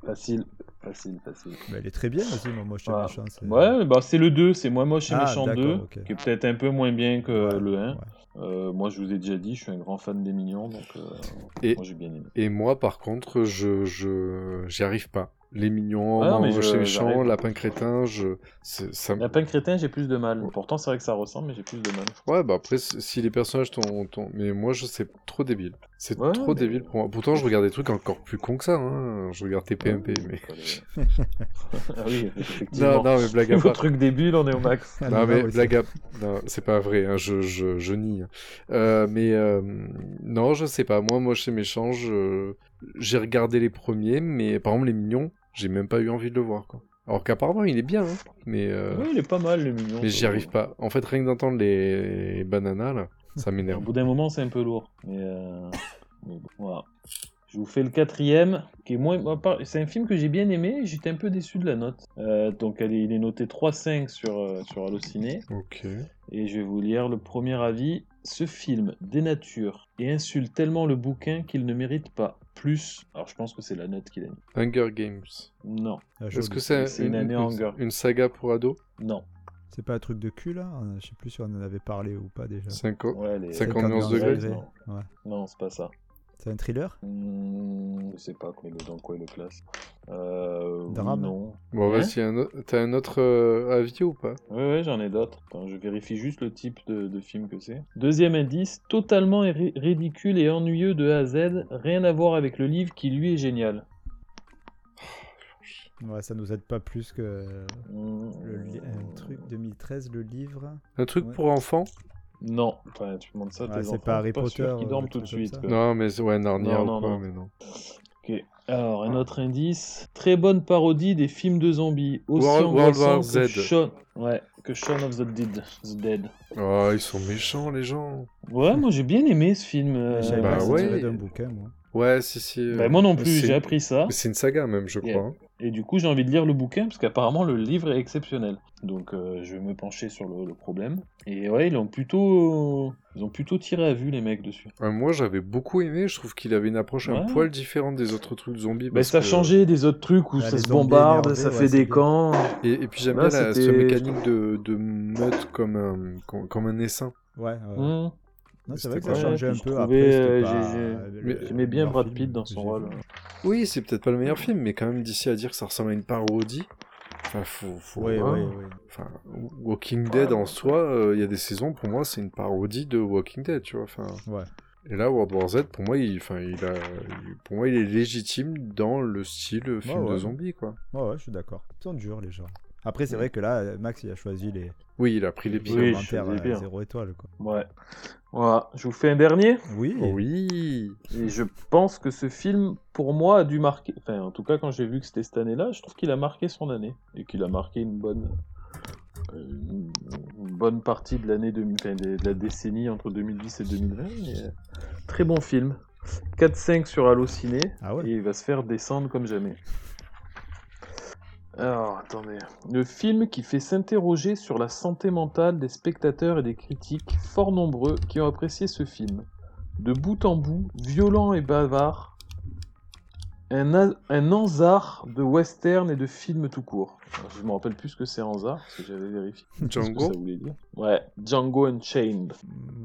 facile, facile, facile. Mais elle est très bien aussi, moi, moi je te Ah. méchant. c'est- Ouais, bah c'est le 2, c'est moins moche et Ah, méchant 2, d'accord, ok. qui est peut-être un peu moins bien que Ouais, le 1. ouais. Euh, moi, je vous ai déjà dit, je suis un grand fan des Mignons, donc euh, Et- moi j'ai bien aimé. Et moi, par contre, je, je, j'y arrive pas. Les mignons, Ah non, moi, mais moche je- et méchant, j'arrive. lapin crétin, je, c'est- ça me- Lapin crétin, j'ai plus de mal. Pourtant, c'est vrai que ça ressemble, mais j'ai plus de mal. Ouais, bah après, c- si les personnages t'ont. t'ont- Mais moi, je sais trop débile. C'est Ouais, trop mais- débile pour moi. Pourtant, je regarde des trucs encore plus cons que ça. Hein. Je regarde TPMP, mais. [LAUGHS] ah oui, Non, [LAUGHS] effectivement. non, mais blague à Vos part. trucs des bulles, on est au max. Ah, Non, non, mais oui, blague à. Non, c'est pas vrai, hein, je, je, je nie. hein. Euh, mais euh, non, je sais pas. Moi, moi, chez Méchant, je- j'ai regardé les premiers, mais par exemple, les mignons, j'ai même pas eu envie de le voir. Quoi. Alors qu'apparemment, il est bien, hein, mais, euh, Oui, il est pas mal, le mignon. mais j'y arrive pas. En fait, rien que d'entendre les... bananas, là, ça Au m'énerve. bout d'un moment, c'est un peu lourd. Mais, euh, mais bon, voilà. Je vous fais le quatrième, qui est moins. moi, par- C'est un film que j'ai bien aimé, j'étais un peu déçu de la note. Euh, donc elle est- il est noté 3,5 sur, euh, sur Allociné. Ok. Et je vais vous lire le premier avis. Ce film dénature et insulte tellement le bouquin qu'il ne mérite pas plus. Alors je pense que c'est la note qu'il a mis. Hunger Games. Non, Ah, joli. Est-ce que c'est C'est une année Hunger. une saga pour ados non. C'est pas un truc de cul là On- Je sais plus si on en avait parlé ou pas déjà. 5 Ouais, les... 50 nuances de Ouais, gris. Non, Ouais. Non, c'est pas ça. C'est un thriller Hmm, je sais pas mais dans quoi il le classe. Euh, oui, Drame. Non. Bon, Hein vas-y, un autre- t'as un autre euh, avis ou pas Ouais, ouais, j'en ai d'autres. Attends, je vérifie juste le type de, de film que c'est. Deuxième indice, totalement ri- ridicule et ennuyeux de A à Z, rien à voir avec le livre qui lui est génial. Ouais, ça nous aide pas plus que. Hmm, Le li- Un truc 2013, le livre. Un truc Ouais. pour enfants Non, Enfin, tu demandes ça à Ouais, tes c'est enfants, pas Harry Potter, sûr qu'ils euh, dorment des tout de trucs comme suite. ça. quoi. Non, mais c'est- ouais, Narnia Non, ou non, quoi, non. mais non. Ok. Alors, Ah. un autre indice. Très bonne parodie des films de zombies. Aussi World- World War angoissant que Z. Shaun- Ouais, que Shaun of the Dead. The Dead. Oh, ils sont méchants, les gens. Ouais, moi j'ai bien aimé ce film. euh, Je savais bah pas que ouais. c'était tiré d'un bouquin, moi. Ouais, si, si. euh, Bah, moi non plus, c'est- j'ai appris hein. ça. C'est une saga, même, je Yeah. crois. hein. Et du coup, j'ai envie de lire le bouquin, parce qu'apparemment, le livre est exceptionnel. Donc, euh, je vais me pencher sur le, le problème. Et ouais, ils ont plutôt, ils ont plutôt tiré à vue, les mecs, dessus. Ouais, Euh, moi, j'avais beaucoup aimé. Je trouve qu'il avait une approche un Ouais. poil différente des autres trucs zombies. Mais parce Bah, ça que- changeait des autres trucs où Ouais, ça les se zombies bombarde, énervés, ça ouais, fait c'est des bien. camps. Et, et puis, j'aime Là, bien la, cette Bah, c'était- mécanique de, de meute comme un, comme, comme un essaim. Ouais, ouais. Mmh. Non, c'est C'était vrai que pas ça mal. changeait un Je peu trouvais, après. c'était euh, pas- j'ai- le- Mais- le J'aimais bien meilleur Brad film Pitt dans que son j'ai rôle. vu. Oui, c'est peut-être pas le meilleur film, mais quand même, d'ici à dire que ça ressemble à une parodie, Enfin, faut, faut Oui, voir. oui, hein. oui. Enfin, Walking Dead en soi, euh, il y a des saisons, pour moi, c'est une parodie de Walking Dead, tu vois. Enfin, Ouais. et là, World War Z, pour moi, il, enfin, il a, il- pour moi, il est légitime dans le style film ouais. de zombie, quoi. Ouais, ouais, je suis d'accord. Ils sont durs, les gens. Après, Mmh. c'est vrai que là, Max, il a choisi les Oui, il a pris les l'épisode. Oui, je commentaires choisis bien. 0 étoile. Quoi. Ouais. Voilà, je vous fais un dernier. Oui, Oui. Et je pense que ce film, pour moi, a dû marquer. Enfin, en tout cas, quand j'ai vu que c'était cette année-là, je trouve qu'il a marqué son année. Et qu'il a marqué une bonne. Une une bonne partie de l'année 2000 enfin, de de la décennie entre 2010 et 2020. mais, euh, Très bon film. 4-5 sur Allociné. Ah ouais Et il va se faire descendre comme jamais. Alors, attendez. Le film qui fait s'interroger sur la santé mentale des spectateurs et des critiques fort nombreux qui ont apprécié ce film. De bout en bout, violent et bavard, un, a- un anzard de western et de film tout court. Alors, Je me rappelle plus ce que c'est anzard, parce que j'avais vérifié ce que Django. ça voulait dire. Ouais, Django Unchained.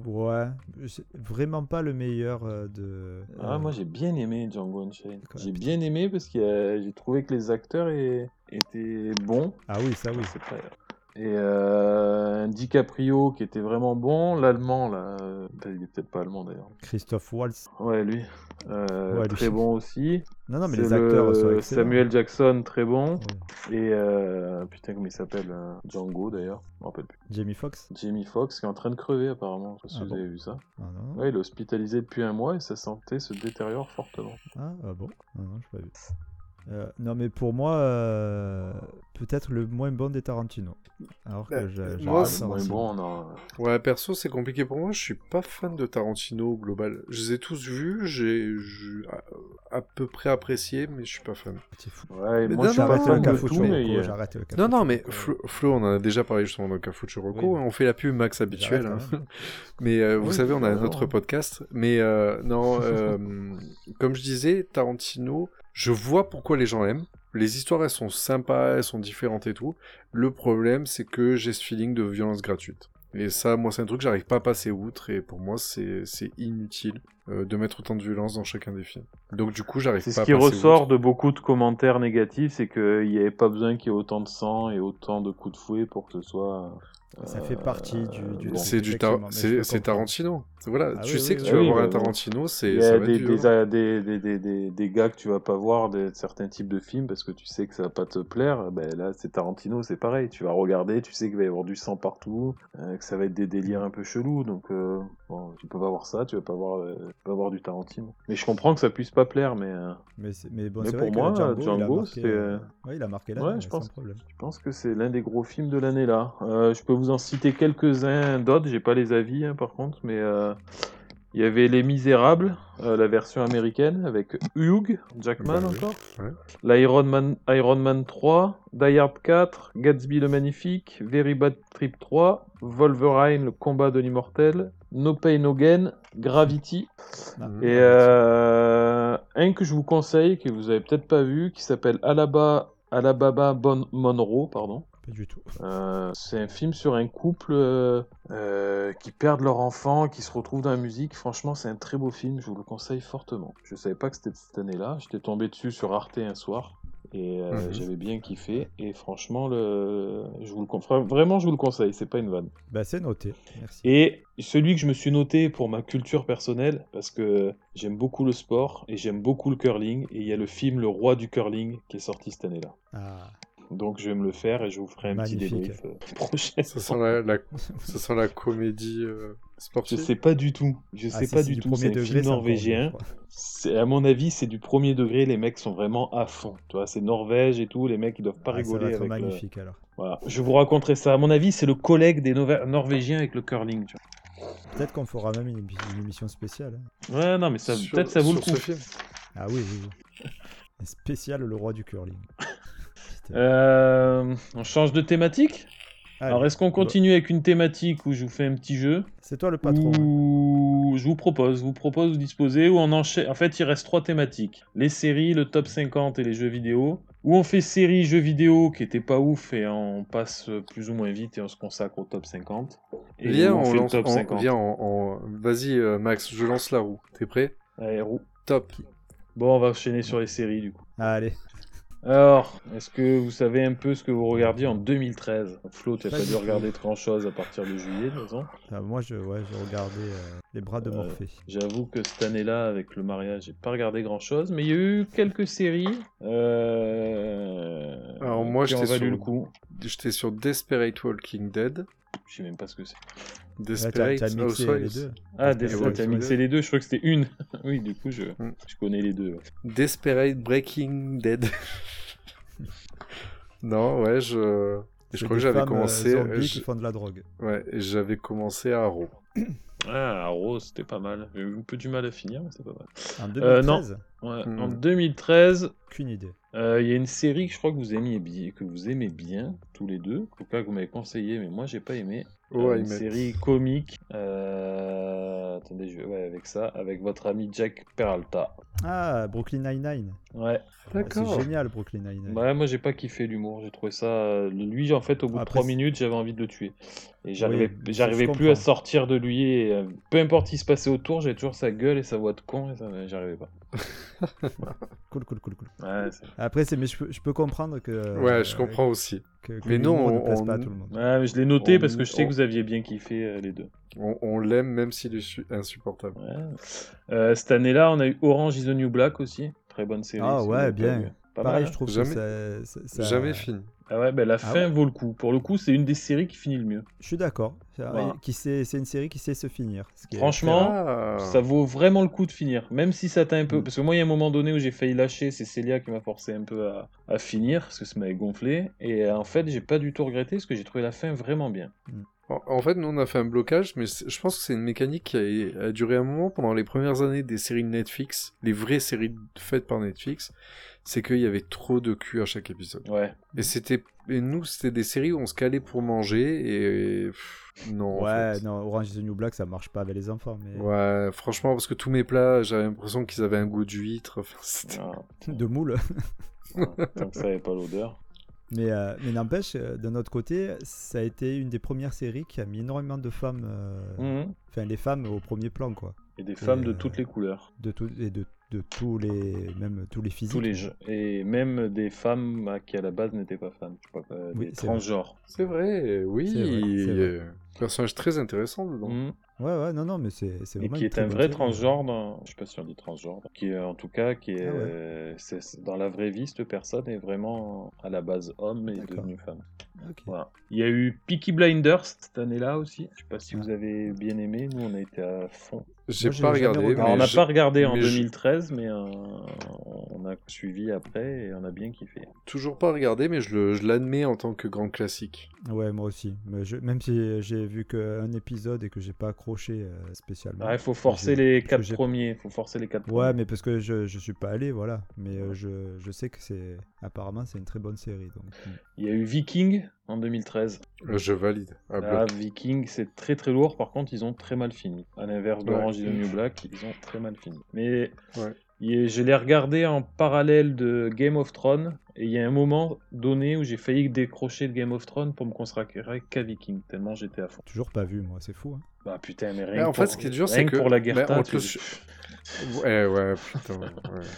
Ouais, c'est vraiment pas le meilleur euh, de. Ah, euh, moi j'ai bien aimé Django Unchained. D'accord. J'ai bien aimé parce que euh, j'ai trouvé que les acteurs é- étaient bons. Ah oui, ça oui. C'est pas- Et euh, un DiCaprio qui était vraiment bon. L'allemand, là. euh, Il est peut-être pas allemand d'ailleurs. Christophe Waltz. Ouais, lui. Euh, Ouais, lui. très bon aussi. Non, non, mais C'est les acteurs le sont excellents. Samuel Jackson, très bon. Ouais. Et euh, putain, comment il s'appelle euh, Django d'ailleurs. Je me rappelle plus. Jamie Foxx. Jamie Foxx qui est en train de crever apparemment. Je sais pas si Ah vous bon avez vu ça. Ah non, non. Ouais, il est hospitalisé depuis un mois et sa santé se détériore fortement. Ah, ah bon Non, non, j'ai pas vu. Euh, non, mais pour moi, euh, peut-être le moins bon des Tarantino. Alors que Euh, je- moi, j'adore c'est- Mais Tarantino. bon, euh, on a- Ouais, perso, c'est compliqué pour moi. Je suis pas fan de Tarantino au global. Je les ai tous vus, j'ai j'ai à, à peu près apprécié, mais je suis pas fan. Petit fou. Ouais, Mais moi non, je suis non, pas non, fan non, de non, tout, non, mais euh, j'arrête le Cafucho Non, non, mais Rocco. Flo, Flo, on en a déjà parlé justement dans Cafucho Rocco. Oui. hein, on fait la pub Max habituelle. J'arrête hein. [LAUGHS] quand même. Mais euh, vous Oui, savez, on a un alors, autre hein. podcast. Mais euh, non, euh, comme je disais, Tarantino, je vois pourquoi les gens l'aiment. Les histoires, elles sont sympas, elles sont différentes et tout. Le problème, c'est que j'ai ce feeling de violence gratuite. Et ça, moi, c'est un truc que j'arrive pas à passer outre. Et pour moi, c'est c'est inutile euh, de mettre autant de violence dans chacun des films. Donc, du coup, j'arrive pas c'est à ce passer qui ressort outre. de beaucoup de commentaires négatifs, c'est qu'il n'y avait pas besoin qu'il y ait autant de sang et autant de coups de fouet pour que ce soit. euh, Ça fait partie du. du bon, C'est du tar- effectivement, mais je c'est peux c'est comprendre. Tarantino. Voilà, Ah tu oui, sais oui, que oui. tu vas Ah oui, voir un bah, Tarantino, Il c'est y a ça va des, être hein. des, violent. des, des- des- des- des gars que tu vas pas voir, de certains types de films, parce que tu sais que ça va pas te plaire. Ben là, c'est Tarantino, c'est pareil. Tu vas regarder, tu sais qu'il va y avoir du sang partout, euh, que ça va être des délires un peu chelous. Donc, euh, bon, tu peux pas voir ça, tu vas pas voir, euh, tu vas voir du Tarantino. Mais je comprends que ça puisse pas plaire, mais euh, Mais, c'est- mais bon, Mais Bah, c'est pour vrai moi, que Django, il a Django, marqué, c'est, euh, ouais, il a marqué là, ouais, je pense. sans problème. Je pense que c'est l'un des gros films de l'année là. Euh, je peux vous en citer quelques-uns d'autres, j'ai pas les avis hein, par contre, mais euh, il y avait Les Misérables, euh, la version américaine avec Hugh Jackman Bah oui, encore, ouais. l'Iron Man, Iron Man 3, Die Hard 4, Gatsby le Magnifique, Very Bad Trip 3, Wolverine, le combat de l'immortel, No Pain No Gain, Gravity, Ah, Mhm. et euh, un que je vous conseille, que vous avez peut-être pas vu, qui s'appelle Alaba, Alababa Bon- Monroe, pardon. Pas du tout. Euh, c'est un film sur un couple euh, euh, qui perdent leur enfant, qui se retrouve dans la musique. Franchement, c'est un très beau film, je vous le conseille fortement. Je savais pas que c'était de cette année-là, j'étais tombé dessus sur Arte un soir. Et euh, Mhm. j'avais bien kiffé. Et franchement, le... je vous le confirme. Vraiment, je vous le conseille. C'est pas une vanne. Bah, c'est noté. Merci. Et celui que je me suis noté pour ma culture personnelle, parce que j'aime beaucoup le sport et j'aime beaucoup le curling, et il y a le film Le Roi du curling qui est sorti cette année-là. Ah, Donc je vais me le faire et je vous ferai un petit Magnifique. débrief euh, [LAUGHS] prochain. Ça sent la, la- ça sent la comédie euh, Je sportive. sais pas du tout. Je ah, sais si, pas si, du, tout. C'est un film c'est encore mieux, je norvégien. crois. Ah, C'est- À mon avis, c'est du premier degré. Les mecs sont vraiment à fond. Tu vois, c'est Norvège et tout. Les mecs, ils doivent pas Ah, ça va rigoler être avec. le- magnifique alors. Voilà. Je vous raconterai ça. À mon avis, c'est le collègue des Nova- Norvégiens avec le curling. tu Peut-être qu'on fera même une, une émission spéciale. hein. vois. Ouais, non, mais ça, Sur- peut-être ça vaut le sur coup. ce film. Ah oui, oui, oui. Un Spécial le roi du curling. Putain. Euh, on change de thématique Allez, Alors, est-ce qu'on continue avec une thématique où je vous fais un petit jeu C'est toi le patron. Ou je vous propose, je vous propose, vous disposez, ou on enchaîne. En fait, il reste trois thématiques les séries, le top 50 et les jeux vidéo. Ou on fait séries, jeux vidéo qui était pas ouf et on passe plus ou moins vite et on se consacre au top 50. Et Viens, ou on, on fait lance- le top on- 50. viens, on- on- Vas-y, euh, Max, je lance la roue. T'es prêt Allez, roux. Top. Bon, on va enchaîner sur les séries du coup. Allez. Alors, est-ce que vous savez un peu ce que vous regardiez en 2013 Flo, t'as Pas pas du dû tout. regarder grand-chose à partir de juillet, de toute façon. Ah, moi, je, ouais, j'ai regardé euh, Les Bras de Euh, Morphée. J'avoue que cette année-là, avec le mariage, j'ai pas regardé grand-chose, mais il y a eu quelques séries. euh, Alors, moi, qui ont j'étais valu sur- le coup. J'étais sur Desperate Walking Dead, Je sais même pas ce que c'est. Ouais, t'as- Desperate t'as mixé les Housewives, deux. Ah, Parce que des... ouais, t'as ouais. mixé les deux, je crois que c'était une. [LAUGHS] oui, du coup, je, Mm. je connais les deux. ouais. Desperate Breaking [LAUGHS] Dead. non, ouais, je. Je C'est crois que des j'avais femmes, euh, commencé, zombies euh, qui je- font de la drogue. ouais, et j'avais commencé à Arrow. Ah, Rose, c'était pas mal. J'ai eu un peu du mal à finir, mais c'était pas mal. En Euh, non. 2013, Ouais, Mm. En 2013, qu'une idée. Euh, Il y a une série que je crois que vous aimiez bien, que vous aimez bien tous les deux. En tout cas, que vous m'avez conseillé, mais moi j'ai pas aimé. Oh, Euh, I une met. série comique. Euh, Attendez, je vais ouais, avec ça, avec votre ami Jack Peralta. Ah, Brooklyn Nine-Nine. Ouais. C'est D'accord. génial, Brooklyn Nine-Nine. Bah, moi j'ai pas kiffé l'humour. J'ai trouvé ça. euh, Lui, en fait, au bout de Après, 3 c'est- minutes, j'avais envie de le tuer. Et j'arrivais je- je j'arrivais plus comprends. à sortir de lui. Et, euh, peu importe ce qui se passait autour, j'avais toujours sa gueule et sa voix de con. Et ça, j'arrivais pas. Cool, cool, cool, cool. Ouais, c'est- Après, c'est, mais je, peux- je peux comprendre que. Ouais, je comprends aussi. que- que Mais non, l'humour ne on- plaise pas à on- tout le monde. Ouais, mais je l'ai noté On- parce que je sais on- que vous aviez bien kiffé euh, les deux. On, on l'aime même s'il est su- insupportable. Ouais. Euh, cette année-là, on a eu Orange is the New Black aussi. Très bonne série. Ah si ouais, vous l'avez bien. pas vu. Pas Pareil, mal. hein je trouve hein. Jamais- que ça. ça- ça- Jamais fini. Ah ouais, ben la fin ouais. vaut le coup. Pour le coup, c'est une des séries qui finit le mieux. Je suis d'accord. C'est- Voilà. Bah. qui sait- c'est une série qui sait se finir. ce qui est- Franchement, Ah. ça vaut vraiment le coup de finir. Même si ça t'a un peu. euh. Mm. Parce que moi, il y a un moment donné où j'ai failli lâcher. C'est Célia qui m'a forcé un peu à, à finir. Parce que ça m'avait gonflé. Et euh, en fait, j'ai pas du tout regretté. Parce que j'ai trouvé la fin vraiment bien. En- En fait, nous, on a fait un blocage, mais c'est- je pense que c'est une mécanique qui a, a duré un moment pendant les premières années des séries de Netflix, les vraies séries faites par Netflix, c'est qu'il y avait trop de cul à chaque épisode. [LAUGHS] Ouais. Et c'était, et nous, c'était des séries où on se calait pour manger, et pff, non. en Ouais, fait. non, Orange is the New Black, ça marche pas avec les enfants. Mais... Ouais, franchement, parce que tous mes plats, j'avais l'impression qu'ils avaient un goût d'huître. Enfin, c'était- Ah, [LAUGHS] De moule. [LAUGHS] tant que ça n'avait pas l'odeur. Mais, euh, mais n'empêche, euh, d'un autre côté, ça a été une des premières séries qui a mis énormément de femmes. euh, Mhm. Enfin, les femmes au premier plan, quoi. Et des femmes de euh, toutes les couleurs. De, tout, et de, de tous les. Même tous les physiques. Tous les jeux. Et même des femmes à- qui à la base n'étaient pas femmes. Je sais pas, euh, Oui, des c'est vrai. transgenres. C'est vrai, oui. C'est vrai, c'est vrai. euh, Personnage très intéressant Mm. dedans. Mhm. Ouais, ouais, non, non, mais c'est c'est Et vraiment. qui une est très un bonne vrai série. transgenre, dans- je sais pas si on dit transgenre, qui est en tout cas, qui est, Ah ouais. euh, c'est- c'est- dans la vraie vie, cette personne est vraiment à la base homme et D'accord. devenue femme. Ok. Voilà. Il y a eu Peaky Blinders cette année-là aussi. Je sais pas si Ah. vous avez bien aimé, nous on a été à fond. J'ai Moi, j'ai pas jamais regardé. regardé. Alors, on n'a je- pas regardé en mais je- 2013, mais euh, on a suivi après et on a bien kiffé. Toujours pas regardé, mais je le- je l'admets en tant que grand classique. Ouais, moi aussi. Mais je- même si j'ai vu qu'un épisode et que j'ai pas accroché euh, spécialement. Ah, il faut forcer j'ai- les parce que quatre j'ai- premiers. faut forcer les quatre Ouais, premiers. mais parce que je, je suis pas allé, voilà. Mais euh, je, je sais que c'est. Apparemment, c'est une très bonne série. Donc. hmm. Il y a eu Viking en 2013. Euh, Je valide. à bloc. Ah, Viking, c'est très très lourd. Par contre, ils ont très mal fini. À l'inverse Ouais. d'Orange et de New Black, ils ont très mal fini. Mais Ouais. il est- je l'ai regardé en parallèle de Game of Thrones. Et il y a un moment donné où j'ai failli décrocher de Game of Thrones pour me consacrer qu'à Viking, tellement j'étais à fond. Toujours pas vu, moi, c'est fou. hein. Bah putain, mais rien Eh, en que fait, pour- ce qui est dur, rien c'est que que- pour la Guerta, ben, on tu- te le su- Ouais, Eh, ouais, putain. ouais,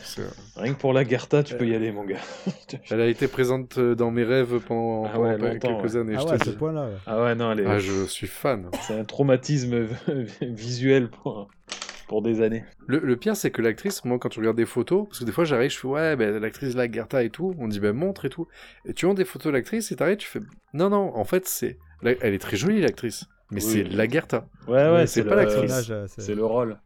c'est- rien que pour la Guerta, tu peux Euh. y aller, mon gars. [LAUGHS] Elle a été présente euh, dans mes rêves pendant, Ah ouais, pendant longtemps, quelques ouais. années. Ah je ouais, à te ce dis. point-là. ouais. ah ouais, non, elle est- Ah, je suis fan. c'est un traumatisme [LAUGHS] visuel pour, pour des années. Le, le pire, c'est que l'actrice, moi, quand je regarde des photos, parce que des fois, j'arrive, je fais, ouais, ben, l'actrice la Gerta et tout, on dit, ben, montre et tout. Et tu vois des photos de l'actrice et t'arrives, tu fais, non, non, en fait, c'est. la- Elle est très jolie, l'actrice, mais Oui. c'est la Gerta. Ouais, Mais ouais, c'est c'est pas le- l'actrice. Personnage, euh, c'est- C'est le rôle.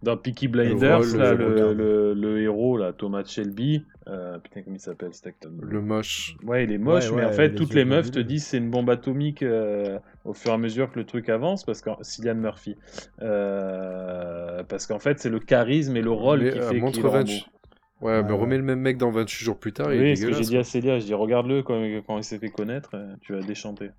Dans Peaky Blinders, rôle, je là, le le, regarde. le- le héros, là, Thomas Shelby, euh, putain, comment il s'appelle cet acteur Le moche. Ouais, il est moche, Ouais, mais en ouais, fait, les toutes yeux les meufs te globuleux. disent c'est une bombe atomique euh, au fur et à mesure que le truc avance, parce que Cillian Murphy. Euh, parce qu'en fait, c'est le charisme et le rôle Mais, qui euh, fait qu'il montre le rend 28 Ouais, Ouais, mais ouais. remets le même mec dans 28 jours plus tard, beau. Ah, il est Ah Oui, ce que j'ai dégueulasse. dit à Célia, je dis regarde-le quand, quand il s'est fait connaître, euh, tu vas déchanter.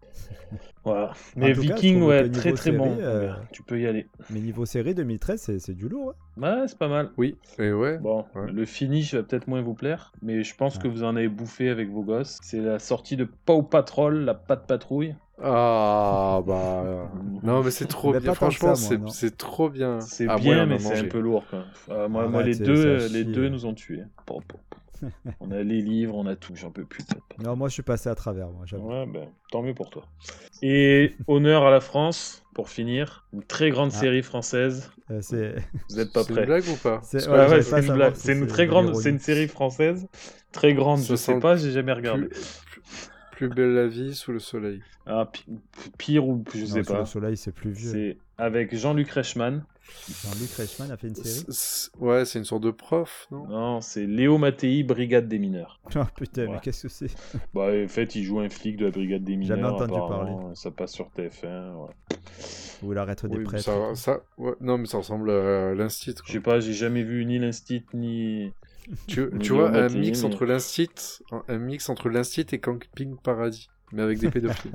Voilà. En Mais tout cas, je Viking, trouve que ouais, niveau très très série, bon. euh, Tu peux y aller. Mais niveau série 2013, c'est- c'est du lourd. hein. Ouais, c'est pas mal. Oui, et ouais. Bon, Ouais. le finish va peut-être moins vous plaire, mais je pense Ouais. que vous en avez bouffé avec vos gosses. C'est la sortie de Paw Patrol, la patte patrouille. Ah bah non mais c'est trop Mais bien. pas tant que Franchement ça, moi, non. c'est c'est trop bien. C'est Ah, moi, bien, elle m'a mais c'est un mangé. peu lourd. Quoi. Euh, moi, Arrête, moi, les c'est- deux, ça les chie, deux ouais. nous ont tués. Pom, pom, [LAUGHS] pom. On a les livres, on a tout. J'en peux plus. Non, moi je suis passé à travers, moi, j'avoue. Ouais, ben, tant mieux pour toi. Et honneur à la France pour finir. Une très grande Ah. série française. Euh, c'est. Vous n'êtes pas C'est prêts. une blague ou pas C'est Ouais, ouais, j'allais c'est Ah, pas une savoir blague. si C'est une très grande, l'ironie. c'est une série française très grande. Je sais 60 pas, j'ai jamais regardé. plus, plus belle la vie sous le soleil. Ah, pi- pire ou je Non, sais Sous pas. le soleil, c'est plus vieux. C'est avec Jean-Luc Reichmann. Jean-Luc Reichmann a fait une série. C'est- c'est- Ouais c'est une sorte de prof non Non, c'est Léo Mattei, Brigade des mineurs. [LAUGHS] Oh putain, Ouais. mais qu'est-ce que c'est Bah, en fait, il joue un flic de la Brigade des mineurs. Jamais entendu apparemment. Ça passe sur TF1. ouais. Ou l'arrêtre des Oui, mais prêtres. et ça, tout. ça- ouais, non mais ça ressemble à l'instit. quoi. Je sais pas, j'ai jamais vu ni l'instit ni. Tu, Mais tu non, vois bah, un t'es mix nul, entre l'instit un- un mix entre l'instit et camping paradis mais avec des [LAUGHS] pédophiles.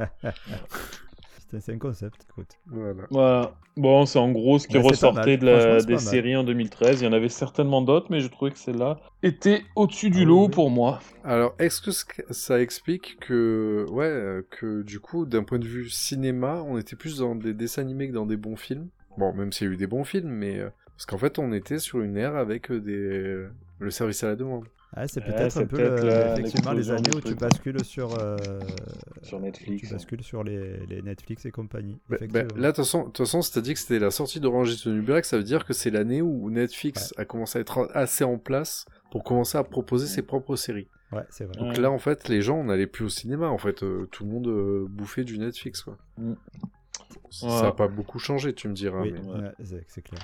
Putain, c'est un concept, écoute. voilà. Voilà. Bon, c'est en gros ce qui Mais c'est pas ressortait mal. de la- Franchement, c'est des pas mal. séries en 2013. Il y en avait certainement d'autres, mais je trouvais que celle-là était au-dessus du Ah oui, lot oui. pour moi. Alors, est-ce que ce- ça explique que, ouais, euh, que du coup, d'un point de vue cinéma, on était plus dans des dessins animés que dans des bons films Bon, même s'il y a eu des bons films, mais euh, parce qu'en fait, on était sur une ère avec des euh, le service à la demande. Ah, c'est Ouais, peut-être c'est un peu peut-être le- la- effectivement les l'explosion années du où tu truc. bascules sur, euh, Sur où Netflix. hein. tu bascules sur les, les Netflix et compagnie. Bah, bah, effectivement. là, de toute façon, de toute façon, si t'as dit que c'était la sortie d'Orange is the New Black, ça veut dire que c'est l'année où Netflix a commencé à être en- assez en place pour commencer à proposer ses propres séries. Ouais, c'est vrai. Ouais. Donc là, en fait, les gens, on n'allait plus au cinéma. En fait, euh, tout le monde euh, bouffait du Netflix, quoi. Mm. Ça Ouais. n'a pas beaucoup changé, tu me diras. oui, mais- ouais. ouais, c'est c'est clair.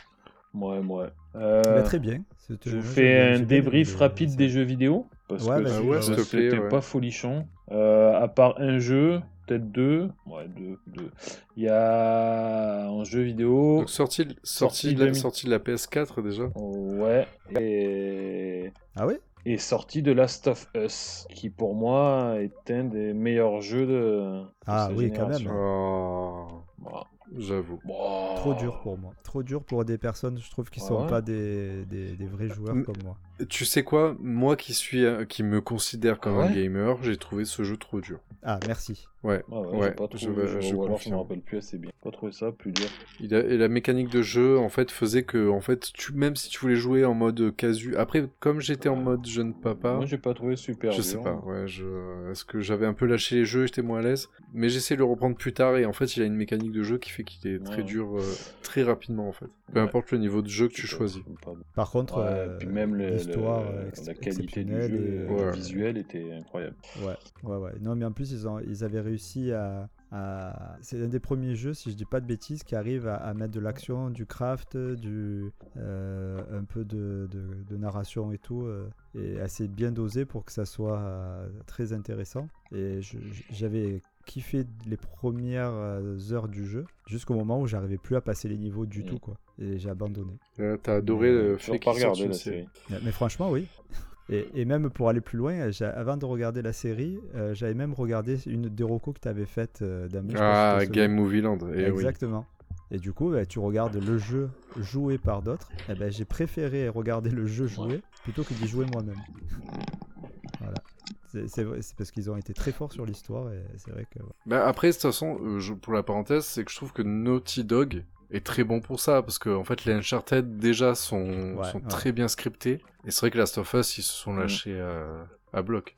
Ouais, ouais. Euh, Bah, très bien. C'était- je vous moi, fais j'ai- j'ai un bien débrief aimé les- rapide les- des jeux vidéo. bah, Parce Ouais, que vas-y, ça- ouais, s'il te plaît, c'était ouais. pas folichon. Euh, à part un jeu, peut-être deux. Ouais, deux. deux. Il y a un jeu vidéo. Donc, sortie, sortie, Oh. Sortie de la, 2000. sortie de la PS4 déjà. Ouais. Et. Ah ouais et sorti de Last of Us, qui pour moi est un des meilleurs jeux de. de Ah sa oui, quand génération. Bah, même. Oh, Voilà. J'avoue. Bon. Trop dur pour moi. Trop dur pour des personnes, je trouve, qui Ah sont Oh. ouais pas des, des, des vrais joueurs Mais- comme moi. Tu sais quoi Moi qui suis, euh, qui me considère comme Ah un ouais gamer, j'ai trouvé ce jeu trop dur. Ah, merci. Ouais, Ah Ouais, ouais, Ouais, j'ai pas je trouvé, vais- je- je ou alors je me confirme. rappelle plus assez bien. Pas trouvé ça plus dur. Il a- et la mécanique de jeu en fait faisait que en fait tu même si tu voulais jouer en mode casu après comme j'étais en mode jeune papa Moi j'ai pas trouvé super je dur. sais pas ouais je est-ce que j'avais un peu lâché les jeux j'étais moins à l'aise mais j'essaie de le reprendre plus tard et en fait il a une mécanique de jeu qui fait qu'il est très Ouais. dur euh, très rapidement en fait peu Ouais. importe le niveau de jeu que tu Super, choisis pas bon. Par contre, Ouais, euh, puis même le- le- l'histoire euh, ex- la qualité du exceptionnelle jeu, euh, et- euh, le Ouais. visuel était incroyable. Ouais, ouais, ouais. Non, mais en plus, ils, ont, ils avaient réussi à. à- C'est un des premiers jeux, si je dis pas de bêtises, qui arrive à, à mettre de l'action, du craft, du, euh, un peu de, de- de narration et tout, euh, et assez bien dosé pour que ça soit euh, très intéressant. Et je- je- j'avais kiffé les premières euh, heures du jeu, jusqu'au moment où j'arrivais plus à passer les niveaux du Mm. tout, quoi. Et j'ai abandonné. Là, t'as adoré Ouais, le toujours fait pas qu'il sorte regarder une la série. série. Mais mais franchement, oui. Et, et même pour aller plus loin, j'ai- avant de regarder la série, euh, j'avais même regardé une des recos que tu avais faite euh, d'un mec, je pense Ah, que tu te Game Movie Land, souviens. eh oui. Exactement. Et du coup, bah, tu regardes le jeu joué par d'autres. Eh ben, j'ai préféré regarder le jeu joué plutôt que d'y jouer moi-même. voilà. C'est- C'est vrai- c'est parce qu'ils ont été très forts sur l'histoire et c'est vrai que. ouais. Bah après, de toute façon, euh, je- pour la parenthèse, c'est que je trouve que Naughty Dog est très bon pour ça, parce que en fait, les Uncharted déjà sont, Ouais, sont ouais. très bien scriptés, et c'est vrai que Last of Us, ils se sont Mm. lâchés à, à bloc.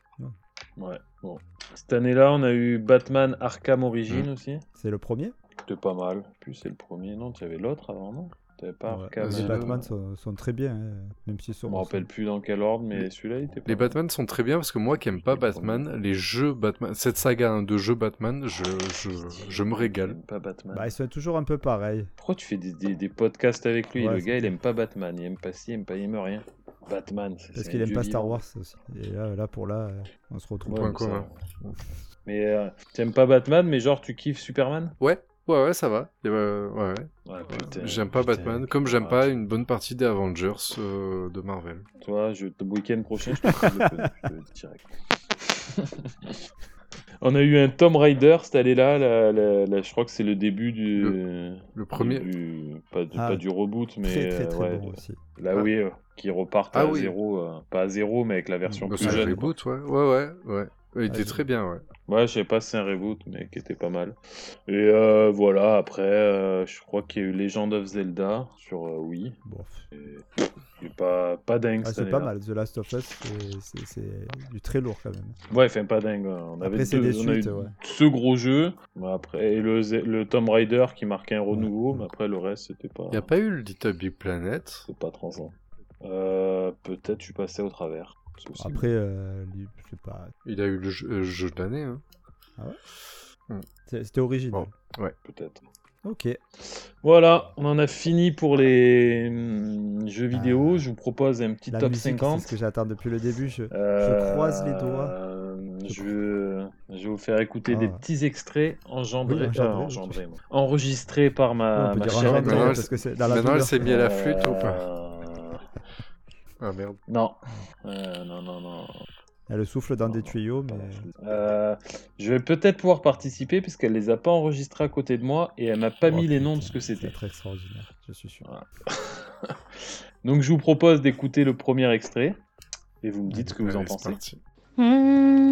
Ouais. Bon. Cette année-là, on a eu Batman Arkham Origins aussi. C'est le premier. C'était pas mal. Puis c'est le premier. Non, tu avais l'autre avant, non T'avais pas Ouais. Arkham. Les euh, euh, Batman sont, sont très bien, hein, même s'ils Je sont. me rappelle plus dans quel ordre, mais celui-là, il était pas Les mal. Batman sont très bien, parce que moi qui aime pas Batman, les jeux Batman, cette saga hein, de jeux Batman, je, je, je me régale. J'aime Pas Batman. Bah, ils sont toujours un peu pareils. Pourquoi tu fais des, des- des podcasts avec lui Ouais, Le c'est gars, il clair. aime pas Batman, il aime pas ci, il aime pas, il aime rien. Batman, c'est Parce c'est qu'il un aime dieu pas vivant. Star Wars aussi. Et là, là pour là, euh, on se retrouve. Ouais, Point mais ça- commun. Mais euh, t'aimes pas Batman, mais genre tu kiffes Superman Ouais, ouais, ouais, ça va. Et bah, ouais, ouais. Ouais, putain. J'aime pas putain, Ah, Batman, putain, comme j'aime ouais. pas une bonne partie des Avengers euh, de Marvel. Toi, je, le week-end prochain, je te fous le feu, je te le dis [LAUGHS] direct. On a eu un Tomb Raider cette année-là. la- la- la- je crois que c'est le début du. Le premier, euh, du- pas, du- Ah. pas du reboot, mais. très très euh, très ouais, bon aussi. Là, Ah. oui, euh, qui repartent Ah à oui. zéro. euh, pas à zéro, mais avec la version Bah, plus c'est un jeune. quoi. reboot, ouais. Ouais, ouais, ouais. Il était j'ai- très bien, ouais. Ouais, je sais pas si c'est un reboot, mais qui était pas mal. Et euh, voilà, après, euh, je crois qu'il y a eu Legend of Zelda sur euh, Wii. Bon, pff. Il est pas, pas dingue Ah, cette c'est pas année-là. mal. The Last of Us, c'est- c'est- c'est du très lourd quand même. Ouais, enfin pas dingue. ouais. On avait Après, c'est deux- des on a eu suites, ouais. ce gros jeu, mais après et le, Z- le Tomb Raider qui marquait un renouveau, Ouais. mais après le reste c'était pas, Il n'y a pas eu le Little Big Planet. c'était pas transcendant. Euh, Peut-être je suis passé au travers. c'est possible. Après, euh, les- je sais pas. Il a eu le jeu, euh, le jeu de l'année. Hein. C'est- C'était original. Peut-être. Ok. Voilà, on en a fini pour les hum, jeux vidéo. Ah. Je vous propose un petit La top musique, 50. c'est ce que j'attends depuis le début. Je... Euh, croise les doigts. Je, je vais vous faire écouter Ah. des petits extraits engendrés, Oui, engendrés, euh, oui. engendrés, moi. enregistrés par Ouais, ma, on peut ma dire chère Euh, engendré, Emmanuel, Emmanuel. parce que c'est dans la Maintenant, elle douleur. s'est mis à la flûte ou pas Euh, Ah merde. Non. Euh, non, non, non. Elle souffle dans des tuyaux, mais Euh, je vais peut-être pouvoir participer puisqu'elle les a pas enregistrés à côté de moi et elle m'a pas Oh, mis les noms de putain, ce que c'était. c'est très extraordinaire. Je suis sûr. Donc je vous propose d'écouter le premier extrait et vous me dites ce que vous en Allez, c'est pensez. parti.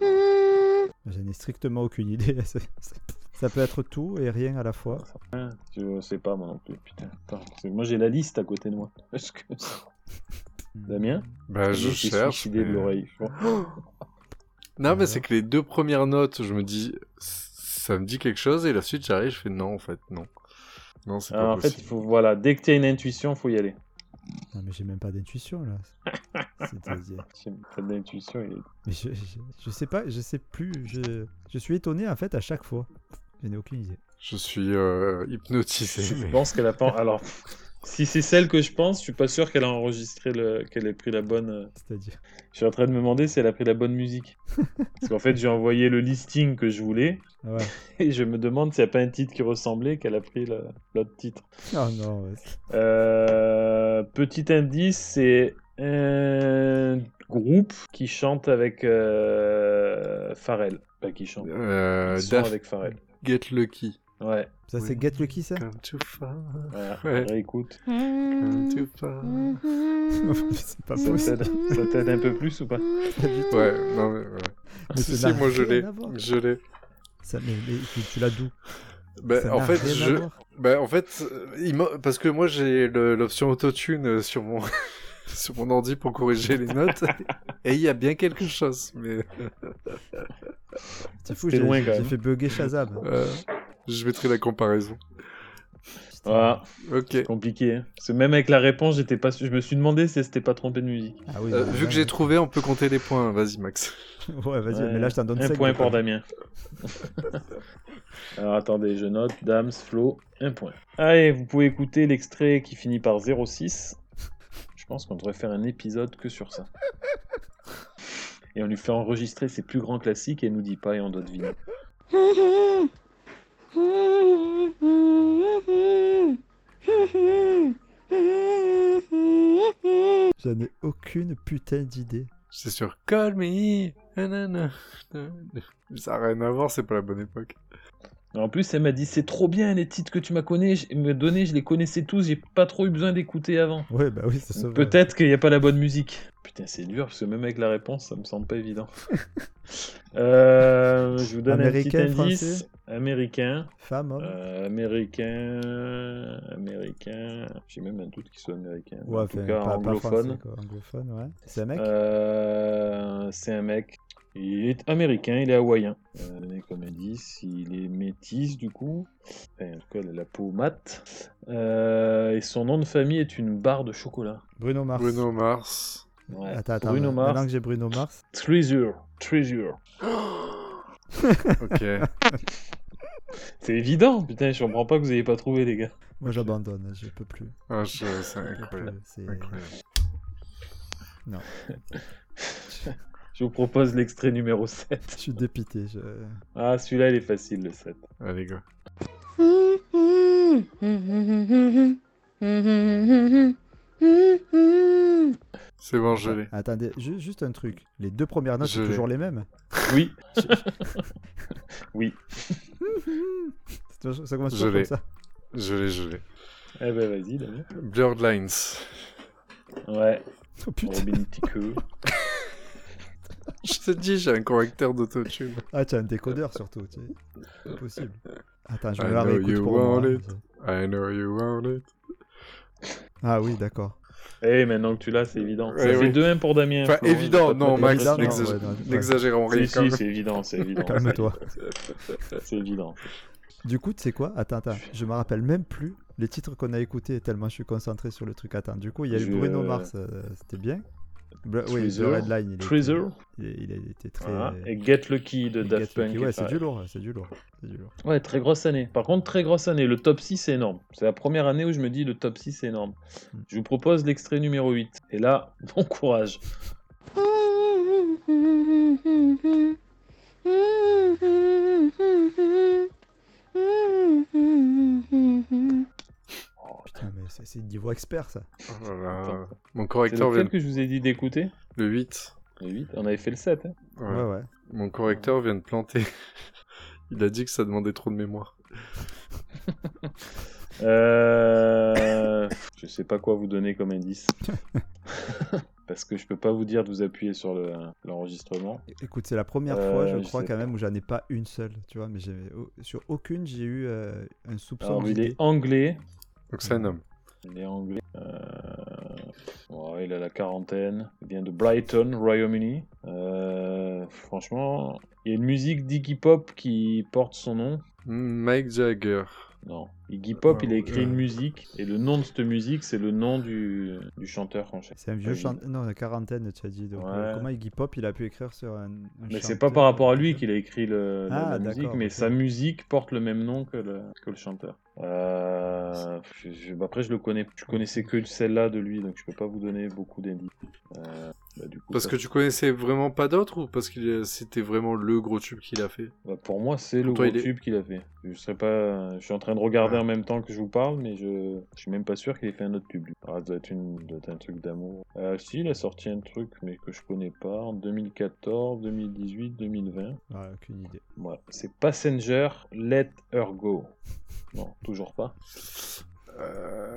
J'en ai strictement aucune idée. [LAUGHS] C'est- c'est- Ça peut être tout et rien à la fois. Je sais pas moi non plus. Putain, attends, parce que moi j'ai la liste à côté de moi. [LAUGHS] Est-ce que- Damien Bah, je me suis cherche. suicidé de mais- l'oreille. je crois. Non, mais Ouais. c'est que les deux premières notes, je me dis, ça me dit quelque chose, et la suite, j'arrive, je fais non, en fait, non. Non, c'est Alors, pas en fait, possible. il faut, voilà, dès que tu as une intuition, faut y aller. Non, mais j'ai même pas d'intuition là. C'est-à-dire. Si t'as de l'intuition, il est- Mais je, je, je sais pas, je sais plus. Je, je suis étonné en fait à chaque fois. Je n'ai aucune idée. Je suis euh, hypnotisé. je mais- pense qu'elle a pas. Alors, [LAUGHS] si c'est celle que je pense, je suis pas sûr qu'elle a enregistré, le... qu'elle ait pris la bonne. euh, C'est-à-dire. Je suis en train de me demander si elle a pris la bonne musique. Parce qu'en fait, j'ai envoyé le listing que je voulais [LAUGHS] Ah Ouais. et je me demande s'il n'y a pas un titre qui ressemblait, qu'elle a pris la- l'autre titre. Oh non. ouais, c'est- Euh, petit indice, c'est un groupe qui chante avec euh, Pharrell. Pas qui chante. Euh, Ils sont Daft avec Pharrell. Get Lucky. Ouais, Ça Oui. c'est Get Lucky [LAUGHS] ça Come too far, voilà. [LAUGHS] Ouais. Réécoute. come too far. C'est pas [LAUGHS] Ça possible. t'aide ça t'aide un peu plus ou pas Ouais, non, mais ouais. Mais si, ça si, n'a moi, je rien l'ai. à voir. Je l'ai. Ça, mais, mais tu, tu l'as d'où Euh, Bah, Ça en n'a fait, rien à je. voir. Bah, en fait, euh, il m'a- parce que moi, j'ai le- l'option autotune euh, sur mon. [LAUGHS] sur mon ordi pour corriger les [LAUGHS] notes et il y a bien quelque chose mais C'est fou, C'était j'ai loin, quand j'ai même. fait bugger Shazam. euh, je mettrai la comparaison Putain. Voilà, ok compliqué. hein. Parce que même avec la réponse, j'étais pas... su- je me suis demandé si elle s'était pas trompée de musique. Ah oui, Euh, bah, vu que ouais. [LAUGHS] j'ai trouvé, on peut compter les points. Vas-y, Max. Ouais, vas-y, Ouais, mais là je t'en donne Un 5. point pour Damien. [LAUGHS] Alors attendez, je note. Dams, Flo, un point. Allez, vous pouvez écouter l'extrait qui finit par 06. Je pense qu'on devrait faire un épisode que sur ça. Et on lui fait enregistrer ses plus grands classiques et elle nous dit pas et on doit deviner. J'en ai aucune putain d'idée. C'est sur Call Me. nanana. Ça n'a rien à voir, c'est pas la bonne époque. En plus, elle m'a dit c'est trop bien les titres que tu m'as connu- me donné, je les connaissais tous, j'ai pas trop eu besoin d'écouter avant. Ouais, bah oui, ça se voit. Peut-être qu'il n'y a pas la bonne musique. Putain, c'est dur parce que même avec la réponse, ça me semble pas [LAUGHS] évident. Euh, je vous donne Américain, un petit indice. français Américain, Femme, hein. homme. euh, américain, américain. J'ai même un doute qu'il soit américain. mais ouais, en tout enfin, cas, pas, pas anglophone. français, quoi. Anglophone, ouais. C'est un mec Euh, c'est un mec. Il est américain, il est hawaïen. Euh, donné comme indice, il est métis du coup. Enfin, en tout cas, il a la peau mate. Euh, et son nom de famille est une barre de chocolat. Bruno Mars. Bruno Mars. Ouais. Attends, attends. Bruno maintenant Mars. que j'ai Bruno Mars. Treasure, treasure. Ok. C'est évident, putain, je comprends pas que vous ayez pas trouvé, les gars. Moi j'abandonne, je peux plus. Ah, je- c'est Je peux incroyable. plus, C'est incroyable. Je vous propose l'extrait numéro 7. Je suis dépité. Je... Ah, celui-là, il est facile, le 7. Allez, les gars. C'est bon, je l'ai. Attendez, ju- juste un truc. Les deux premières notes, Je c'est l'ai. toujours les mêmes. [LAUGHS] Oui. oui. C'est toujours- Ça commence Je toujours l'ai. comme ça. [LAUGHS] Je l'ai, je l'ai. Eh ben, vas-y, Damien. Blurred Lines. Ouais. Oh putain. Robin Tiqueux. Je te dis, j'ai un correcteur d'autotune. Ah, tu as un décodeur surtout. tu sais. C'est possible. Attends, je I vais la know réécoute you pour want moi. it. I know you want it. Ah oui, d'accord. Eh, maintenant que tu l'as, c'est évident. Ça Ouais, fait ouais. 2-1 pour Damien. Enfin, Florent, évident, j'ai pas non, de Max, préférence. Évidemment, n'exagère- ouais, non, ouais. N'exagérons rien Si, quand si, même. c'est évident, c'est évident. Calme-toi. C'est évident. Du coup, tu sais quoi Attends, attends. Je me rappelle même plus les titres qu'on a écoutés tellement je suis concentré sur le truc. Attends, du coup, il y a eu Je- Bruno Mars, euh, c'était bien. Bla- Oui, The Treasure. Red Line, il était- Treasure. il, est- il a été très. Ah, Voilà. Et Get Lucky de Get Daft Lucky. Punk. Ouais, est c'est pas- du lourd, c'est du lourd. c'est du lourd. Ouais, très grosse année. Par contre, très grosse année. Le top 6 c'est énorme. C'est la première année où je me dis le top 6 c'est énorme. Je vous propose l'extrait numéro 8. Et là, [LAUGHS] bon courage. Putain, mais c'est- c'est niveau expert ça. Oh là là. Attends. Mon C'est correcteur vient lequel que je vous ai dit d'écouter de 8. Le 8. On avait fait le 7. hein. Ouais. Ouais, ouais. Mon correcteur vient de planter. [LAUGHS] Il a dit que ça demandait trop de mémoire. Euh... [LAUGHS] je sais pas quoi vous donner comme indice. Parce que je peux pas vous dire de vous appuyer sur le- l'enregistrement. Écoute, c'est la première Euh, fois, je je crois sais quand même, où j'en ai pas une seule, tu vois. Mais j'ai- au- sur aucune, j'ai eu euh, un soupçon Alors, il d'idée. est anglais. Donc c'est un homme. Il est anglais. Euh, ouais, il a la quarantaine. Il vient de Brighton, Royaume-Uni. Euh, Franchement, il y a une musique d'Iggy Pop qui porte son nom. Hmm, Mike Jagger. Non. Iggy Pop, Ouais, Euh, il a écrit ouais. une musique. Et le nom de cette musique, c'est le nom du, du chanteur en chef. C'est un vieux Euh, chanteur. Non, la quarantaine, tu as dit. Donc, euh, Ouais. comment Iggy Pop, il a pu écrire sur un. un Mais c'est chanteur, pas par rapport à lui euh, qu'il a écrit le, la- Ah, la musique, d'accord, mais ok. sa musique porte le même nom que le, que le chanteur. Euh, je- je- après, je le connais, je connaissais que celle-là de lui, donc je peux pas vous donner beaucoup d'indices. Euh, bah, du coup, Parce ça que tu connaissais vraiment pas d'autres ou parce que c'était vraiment le gros tube qu'il a fait Bah, pour moi, c'est le Pour toi, gros il est- tube qu'il a fait. Je serais pas, je suis en train de regarder Ah. en même temps que je vous parle, mais je, je suis même pas sûr qu'il ait fait un autre tube. lui. Ah, ça doit être, une... ça doit être un truc d'amour. Ah, si, il a sorti un truc, mais que je connais pas en 2014, 2018, 2020. Ouais, aucune idée. Ouais. C'est Passenger, Let Her Go. Non, toujours pas.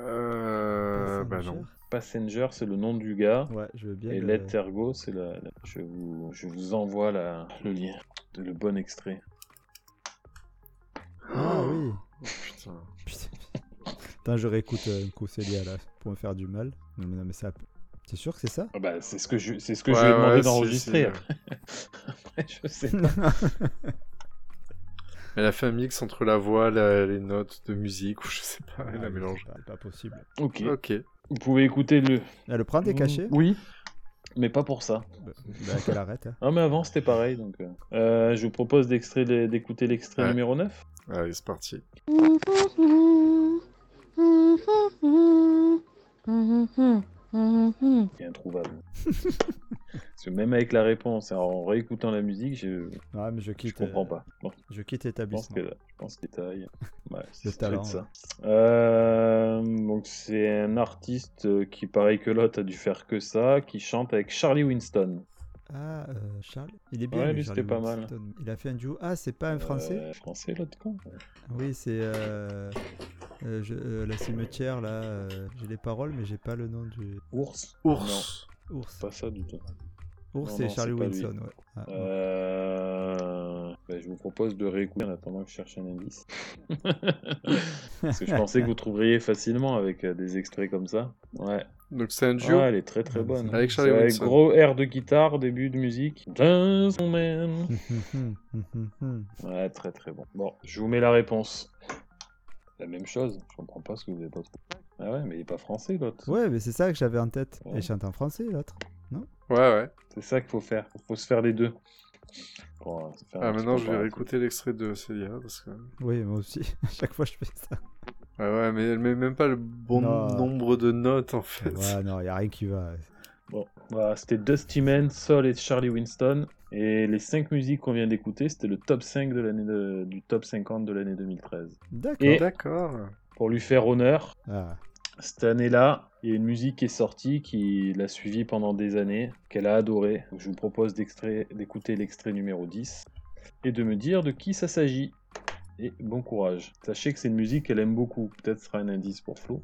Euh. Bah non. Passenger, c'est le nom du gars. Ouais, je veux bien. Et le- Let Her Go, c'est la, la- Je, vous... je vous envoie la... le lien, le bon extrait. Ah oui. Oh, Putain. Putain. Putain, je réécoute euh, un coup Célia là pour me faire du mal. Non mais non mais ça. C'est sûr que [LAUGHS] c'est ça Ah bah, c'est ce que je, c'est ce que Ouais, je lui ai demandé ouais, si, d'enregistrer. si. Après, [LAUGHS] je sais Elle a fait un mix entre la voix, la- les notes de musique ou je sais pas, elle a Ah, mais mélangé. C'est pas, pas possible. Ok. Ok. Vous pouvez écouter le. Elle Ah, le prend des cachets Mmh. Oui. Mais pas pour ça. Bah qu'elle arrête. hein. Ah, mais avant, c'était pareil. Donc, euh, euh, je vous propose d'extrait les- d'écouter l'extrait Ouais. numéro 9. Allez, c'est parti. Qui est introuvable. Parce que même avec la réponse, hein, en réécoutant la musique, je, Ouais mais je je quitte. comprends euh, pas. Bon, Je quitte je pense l'établissement. que je pense qu'il taille. Ouais, c'est ça doit talent, être ça. Euh, donc c'est un artiste euh, qui, pareil que l'autre, a dû faire que ça, qui chante avec Charlie Winston. Ah euh, Charles, il est bien. Ouais, lui, Charlie c'était pas mal. Winston. Il a fait un duo. Ah c'est pas un français Euh, Français, l'autre con. Oui c'est. Euh... euh, je- euh, la cimetière là. euh, J'ai les paroles mais j'ai pas le nom du Ours. Ours. ours. Non, pas ça du tout. Ours non, c'est non, Charlie c'est pas lui. Wilson ouais. Ah, ouais. Euh, ben, je vous propose de réécouter en attendant que je cherche un [LAUGHS] indice. Parce que je pensais que vous trouveriez facilement avec euh, des extraits comme ça. Ouais. Donc c'est un duo Ah, elle est très très Ouais, bonne. c'est- avec C'est Charlie avec Wilson. gros air de guitare, début de musique. Dance, man. Hum, hum, hum, hum. Ouais, très très bon. Bon, je vous mets la réponse. La même chose, je comprends pas ce que vous avez pas trouvé. Ah ouais, mais il est pas français l'autre. Ouais mais c'est ça que j'avais en tête. Ouais. Et chante en français l'autre. Ouais, ouais. Ah, C'est ça qu'il faut faire. Il faut se faire les deux. Bon, euh, se faire un Ah, petit maintenant je vais comparatif. réécouter l'extrait de Célia parce que. Oui moi aussi. [LAUGHS] À chaque fois je fais ça. Ouais, ouais, mais elle met même pas le bon Non. nombre de notes en fait. Ouais, Ah non, il a rien qui va. Bon, voilà, c'était Dusty Man, Sol et Charlie Winston. Et les 5 musiques qu'on vient d'écouter, c'était le top 5 de l'année de- du top 50 de l'année 2013. D'accord. Et- [LAUGHS] D'accord. Pour lui faire honneur, Ah, cette année-là, il y a une musique qui est sortie, qui l'a suivie pendant des années, qu'elle a adorée. Je vous propose d'extrait- d'écouter l'extrait numéro 10 et de me dire de qui ça s'agit. Et bon courage. Sachez que c'est une musique qu'elle aime beaucoup. Peut-être ce sera un indice pour Flo.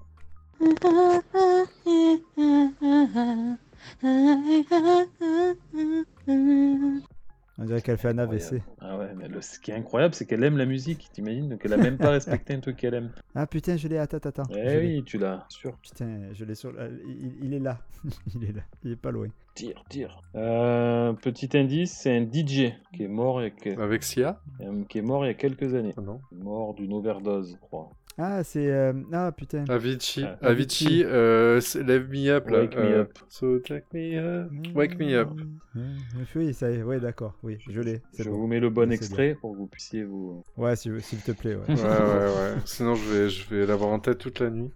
fait un AVC. Ah ouais, mais le- ce qui est incroyable, c'est qu'elle aime la musique, t'imagines Donc elle a même pas [LAUGHS] respecté un truc qu'elle aime. Ah putain, je l'ai. Attends, attends. attends. Eh Je l'ai. oui, tu l'as. Sûr. Putain, je l'ai sur. euh, Il, il est là. [LAUGHS] il est là. Il est pas loin. Tire, tire. Euh, petit indice, c'est un DJ qui est mort il y a, que- Avec Sia euh, qui est mort il y a quelques années. Ah Non. Mort d'une overdose, je crois. Ah, c'est. euh, Ah putain. Avicii. Ah, Avicii, euh, c'est- Lève Me Up, là. Wake Me euh, Up. So take me up. Mm. Wake Me Up. Euh, Oui, ça y est. Oui, d'accord. Oui, je l'ai. C'est Je bon. vous mets le bon C'est extrait pour que vous puissiez vous. Ouais, s'il s'il te plaît. Ouais. Ouais, ouais, ouais. Sinon, je vais, je vais l'avoir en tête toute la nuit.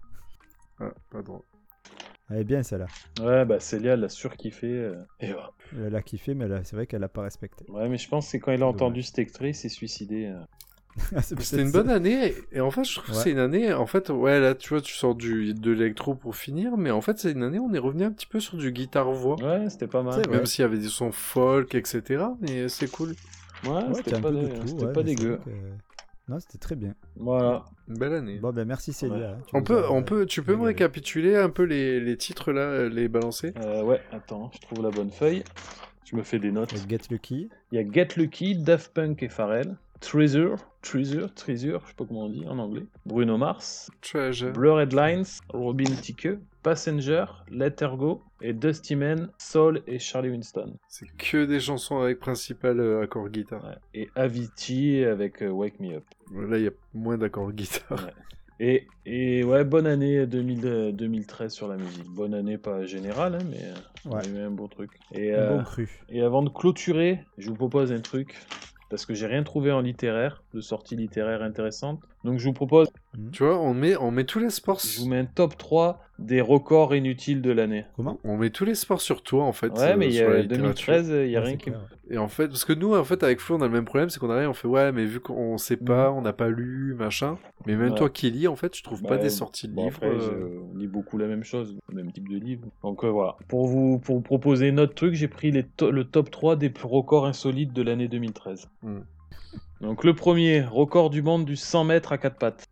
Ah, pas drôle. Elle est bien celle-là. Ouais, bah Célia elle l'a surkiffé. euh, Et voilà. Elle l'a kiffé, mais elle a- c'est vrai qu'elle l'a pas respecté. Ouais, mais je pense que c'est quand il a Dommage. entendu cet extrait, il s'est suicidé. euh. [LAUGHS] Ah, c'est C'était peut-être une ça. bonne année, et en fait, je trouve que Ouais. c'est une année, en fait, ouais, là, tu vois, tu sors du, de l'électro pour finir, mais en fait, c'est une année, on est revenu un petit peu sur du guitare-voix, Ouais, c'était pas mal. C'est vrai. même s'il y avait des sons folk, etc., mais c'est cool. Ouais, Ouais, c'était t'as un pas, peu de dé- tout, c'était ouais, pas mais c'est dégueu. vrai que- euh, Non, c'était très bien. Voilà. Une belle année. Bon, ben merci Célia. Ouais. hein, tu on nous peut, as- on peut, tu peux me régalé. récapituler un peu les, les titres, là, euh, les balancer Euh, ouais, attends, je trouve la bonne feuille. Je me fais des notes. Avec Get Lucky. Il y a Get Lucky, Daft Punk et Pharrell, Treasure, Treasure, Treasure, je sais pas comment on dit en anglais, Bruno Mars, Treasure. Blur Headlines, Robin Tickeux, Passenger, Let Her Go et Dusty Man, Soul et Charlie Winston. C'est que des chansons avec principal euh, accord guitare. Ouais. Et Avicii avec euh, Wake Me Up. Là, il y a moins d'accords guitare. Et, et ouais, bonne année 2000, euh, 2013 sur la musique. Bonne année pas générale, hein, mais euh, on a Ouais. eu un bon truc. Et, Un euh, bon cru. Et avant de clôturer, je vous propose un truc, parce que j'ai rien trouvé en littéraire, de sortie littéraire intéressante. Donc je vous propose, Tu vois, on met, on met tous les sports, je vous mets un top 3 des records inutiles de l'année. Comment on met tous les sports sur toi, en fait. Ouais, euh, mais il y sur la a littérature. 2013, il n'y a Ouais, rien c'est qui... clair. Et en fait, parce que nous, en fait, avec Flo, on a le même problème, c'est qu'on arrive, on fait ouais, mais vu qu'on sait pas, on n'a pas lu, machin. Mais même Mhm. Ouais. toi qui lis, en fait, tu trouves pas Bah, des sorties de Bon, livres. après, euh, je- on lit beaucoup la même chose, le même type de livre. Donc euh, voilà, pour vous, pour vous proposer notre truc, j'ai pris les to- le top 3 des plus records insolites de l'année 2013. Hmm. Donc le premier, record du monde du 100 mètres à quatre [LAUGHS] pattes.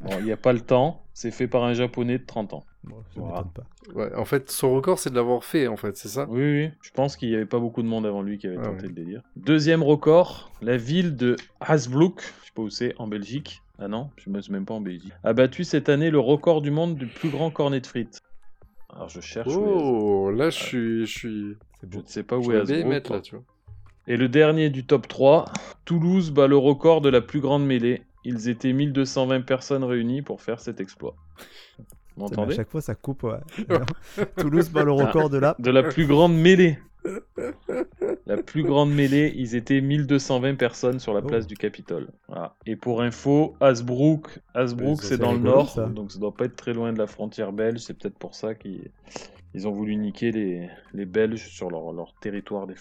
Bon, il n'y a pas le temps, c'est fait par un japonais de 30 ans. Bon, ça Voilà. m'étonne pas. ouais, en fait, son record, c'est de l'avoir fait, en fait, c'est ça Oui, oui, je pense qu'il n'y avait pas beaucoup de monde avant lui qui avait Ah tenté oui. le délire. Deuxième record, la ville de Hasbrouck, je sais pas où c'est, en Belgique. Ah non, je me suis même pas en Belgique. A battu cette année le record du monde du plus grand cornet de frites. Alors je cherche, où est- Oh, là, je suis. Je, suis... C'est je beau. ne sais pas je où est vais bien y Hasbrouck. mettre, E là, tu vois. Et le dernier du top 3, Toulouse bat le record de la plus grande mêlée. Ils étaient 1220 personnes réunies pour faire cet exploit. Vous Putain, mais m'entendez Eh ben, à chaque fois, ça [LAUGHS] coupe. ouais. Alors, Toulouse bat le record de là. de la plus grande mêlée. La plus grande mêlée, ils étaient 1220 personnes sur la Oh. place du Capitole. Voilà. Et pour info, Hasbrook, Hasbrook Mais ça, c'est c'est dans le rigolo, nord, ça. donc ça doit pas être très loin de la frontière belge. C'est peut-être pour ça qu'ils ils ont voulu niquer les, les Belges sur leur, leur territoire. Des...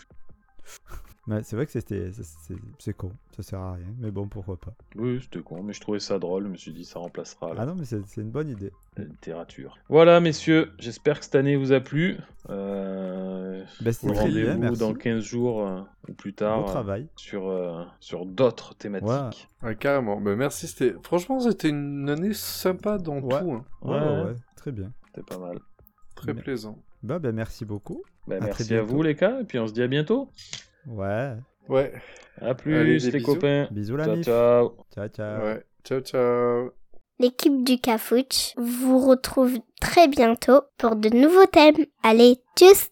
Mais c'est vrai que c'était, ça, c'est, c'est con. Ça sert à rien. Mais bon, pourquoi pas. Oui, c'était con, mais je trouvais ça drôle. Je me suis dit, ça remplacera la Ah non, mais c'est, c'est une bonne idée. littérature. Voilà, messieurs, j'espère que cette année vous a plu. Euh, Ben, c'était très bien. Rendez-vous Merci. dans 15 jours euh, ou plus Bon tard. euh, travail. sur, euh, sur d'autres thématiques. Ouais, carrément. Bah, merci, c'était. Franchement, c'était une année sympa dans Ouais. tout. hein. Ouais, ouais, ouais, très bien. C'était pas mal. Très Mais- plaisant. Bah, ben, merci beaucoup. Bah, À très merci à bientôt. vous les gars, et puis on se dit à bientôt. Ouais. Ouais, À plus Allez, des les bisous. copains. Bisous la Ciao mif. ciao. Ciao, ciao. ouais. Ciao, ciao. L'équipe du Cafouche vous retrouve très bientôt pour de nouveaux thèmes. Allez, tchuss